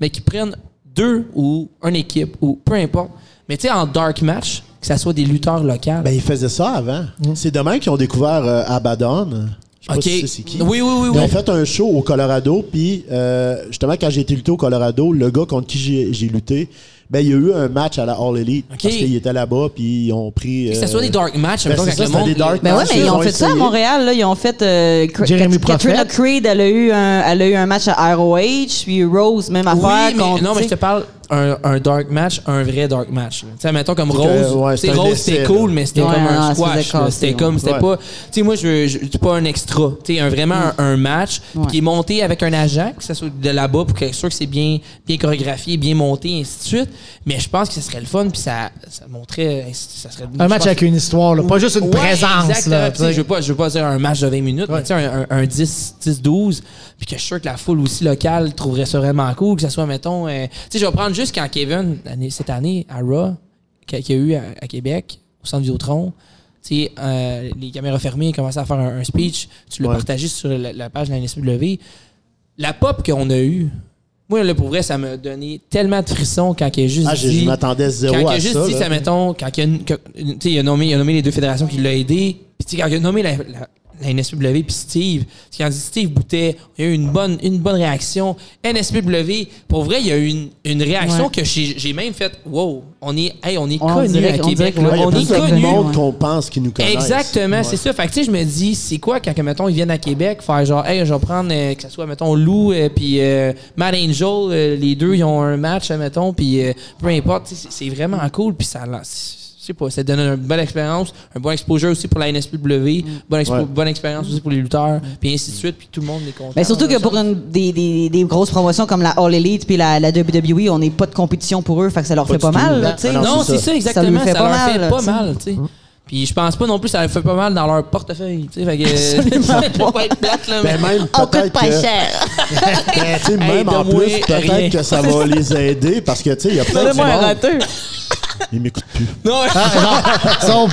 S5: mais qu'ils prennent deux ou une équipe ou peu importe. Mais tu sais, en dark match, que ça soit des lutteurs locaux.
S1: Ben, ils faisaient ça avant. C'est demain qu'ils ont découvert euh, Abaddon. Je sais pas
S5: Mm. OK.
S1: si tu sais c'est qui.
S5: Oui, oui, oui,
S1: Ils
S5: oui.
S1: ont fait un show au Colorado, puis euh, justement, quand j'ai été lutté au Colorado, le gars contre qui j'ai j'ai lutté, ben, il y a eu un match à la All Elite.
S5: OK.
S1: Parce qu'il était là-bas, puis ils ont pris.
S5: que ça
S1: euh,
S5: soit des dark match,
S1: ben,
S5: mettons,
S1: c'est
S5: avec
S1: ça,
S5: le
S1: c'était
S5: monde.
S1: des dark
S4: Ben ouais,
S1: matchs,
S4: mais ils ont fait ça à
S1: essayé.
S4: Montréal. Là. Ils ont fait. Euh, Cr-
S2: Jeremy
S4: Kat- Katrina
S2: Prophet.
S4: Creed, elle a, eu un, elle a eu un match à ROH, puis Rose, même
S5: Oui,
S4: affaire.
S5: mais,
S4: contre-
S5: non,
S4: tu
S5: mais je te
S4: sais.
S5: parle un, un dark match, un vrai dark match. là. Tu sais, mettons comme
S1: C'est
S5: Rose,
S1: que, ouais,
S5: tu sais,
S1: c'était un
S5: Rose
S1: essai,
S5: c'était
S1: là.
S5: cool, mais c'était
S4: Ouais,
S5: comme
S4: non,
S5: un
S4: non, ça
S5: squash.
S4: faisait
S5: là.
S4: casser,
S5: C'était comme, c'était
S1: ouais. Mm.
S5: pas, tu sais, moi, je, je- c'est pas un extra. Tu sais, un, vraiment un, un match puis
S4: Ouais.
S5: qui est monté avec un agent, que ça soit de là-bas pour être sûr que c'est bien, bien chorégraphié, bien monté, et ainsi de suite. Mais je pense que ce serait le fun, puis ça, ça montrait, ça serait
S2: Un
S5: je
S2: match
S5: pense-
S2: avec une histoire, là, pas juste une
S5: Ouais,
S2: présence.
S5: exactement.
S2: Là,
S5: Puis, tu sais, je veux pas, je veux pas dire un match de 20 minutes, mais tu sais, un, un- un 10, 10, 12, puis que je suis sûr que la foule aussi locale trouverait ça vraiment cool, que ça soit, mettons, euh, tu sais, je vais prendre juste quand Kevin, l'année- cette année, à Raw, qu'il y a eu à, à Québec, au centre Vidéotron, tu sais, euh, les caméras fermées, commençaient à faire un, un speech, tu l'as
S1: Ouais.
S5: partagé sur la, la page de la NSPW. La pop qu'on a eue, moi, là, pour vrai, ça m'a donné tellement de frissons quand il a juste
S1: Ah, je,
S5: dit
S1: je m'attendais zéro
S5: quand il
S1: à
S5: a juste
S1: ça.
S5: dit,
S1: là.
S5: ça, mettons, quand il a, que- tu sais, il a nommé, il a nommé les deux fédérations qui l'ont aidé, puis tu sais, quand il a nommé la, la, la NSPW puis Steve, tu sais, quand il dit Steve Boutet, il y a eu une bonne, une bonne réaction. NSPW, pour vrai, il y a eu une, une réaction
S4: Ouais.
S5: que j'ai j'ai même faite, wow, on est, hey, on est
S4: On
S5: connu
S4: dirait
S5: à
S4: qu'on
S5: Québec,
S4: dirait
S5: là.
S1: Ouais, il y a
S5: on
S1: plus
S5: est
S1: de
S5: connu.
S1: monde
S4: ouais.
S1: qu'on pense qui nous connaissent.
S5: Exactement, c'est ça. Fait que tu sais, je me dis, c'est quoi quand, que, mettons, ils viennent à Québec, faire genre, hey, je vais prendre, euh, que ce soit, mettons, Lou et puis euh, Matt Angel, euh, les deux, ils ont un match, euh, mettons, puis euh, peu importe, tu sais, c'est c'est vraiment cool, puis ça lance. Je sais pas, ça donne une bonne expérience, un bon exposure aussi pour la NSPW, bonne, expo-
S1: Ouais. Mm.
S5: bonne expérience aussi pour les lutteurs, puis ainsi de suite, puis tout le monde est content.
S4: Ben, surtout que pour
S5: Ça.
S4: une, des, des, des grosses promotions comme la All Elite puis la, la WWE, on n'est pas de compétition pour eux, fait que ça leur fait
S1: du
S4: pas
S1: tout.
S4: mal. là, tu sais.
S1: Ah
S5: Non, c'est ça, exactement. Ça,
S4: fait pas
S5: leur fait
S4: mal,
S5: pas
S4: tu sais. Mm.
S5: mal, tu sais. Puis je pense pas non plus ça leur fait pas mal dans leur portefeuille, tu sais. Fait que. Faut pas être plate, là, mais-
S1: Ben, même
S4: On coûte
S1: peut-être
S4: pas
S1: que-
S4: cher.
S1: Ben, tu sais,
S5: Hey,
S1: même en
S5: donne-moi
S1: plus,
S5: rien.
S1: peut-être que ça va les aider parce que, tu sais, il y a plein de
S4: Donnez-moi un
S1: monde.
S4: râteux.
S1: Ils m'écoutent plus.
S5: Non,
S2: Ah, Ils sont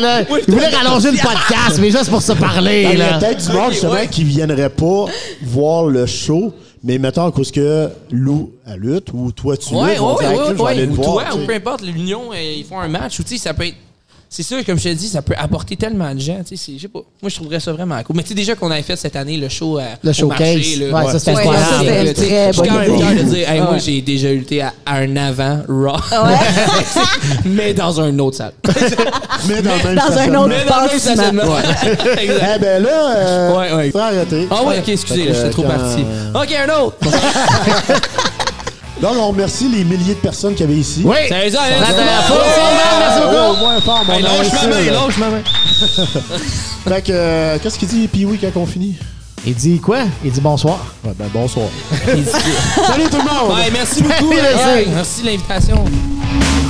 S2: là. Ils voulaient rallonger le podcast, mais juste pour se
S1: Il
S2: parler,
S1: y
S2: là.
S1: a peut-être du monde, justement, qui viendraient pas voir le show, mais mettons à cause que Lou, elle lutte, ou toi, tu
S5: Ouais,
S1: luttes, on
S5: ouais,
S1: dirait,
S5: ouais,
S1: Crime, je vais
S5: ouais,
S1: aller le
S5: ou
S1: voir.
S5: toi,
S1: tu sais.
S5: ou peu importe, l'Union, euh, ils font un match, ou tu sais, ça peut être. C'est sûr, comme je te dis, ça peut apporter tellement de gens. Tu sais, c'est- je sais pas. Moi, je trouverais ça vraiment cool. Mais tu sais, déjà qu'on avait fait cette année le show à,
S2: Le
S5: au
S2: showcase.
S5: marché, là.
S2: Ouais, ça, c'était
S5: Ouais,
S2: incroyable.
S5: ça, c'était
S4: Ouais,
S5: le-
S4: c'était une
S5: Je suis
S4: très
S5: quand même
S4: bonne
S5: fier de
S4: idée.
S5: dire, Hey, moi,
S4: Ouais.
S5: j'ai déjà lutté à, à un avant Raw, mais dans une autre salle.
S1: Mais dans, le même
S4: Dans un
S1: stationnement.
S4: autre-
S5: mais dans le même
S4: Pansement.
S5: stationnement. Exact.
S1: Eh ben là, euh,
S5: Ouais, ouais.
S1: faut arrêter.
S5: Ah ouais, ok, excusez,
S1: Fait que,
S5: j'étais trop
S1: quand-
S5: parti. Ok, un autre.
S1: Donc, on remercie les milliers de personnes qu'il y avait ici.
S2: Oui!
S5: Salut, ça,
S2: La
S5: ça-
S2: dernière fois,
S5: Ouais.
S2: merci beaucoup.
S1: Ouais, au moins fort, mon
S5: Hey, lâche ma
S1: imbécile.
S5: main, lâche ma main.
S1: Fait que, euh, qu'est-ce qu'il dit, Pioui, quand on finit?
S2: Il dit quoi? Il dit bonsoir.
S1: Ouais, ben, bonsoir. Salut tout le monde!
S5: Ouais, merci beaucoup.
S2: Merci.
S5: la gang. Merci de l'invitation.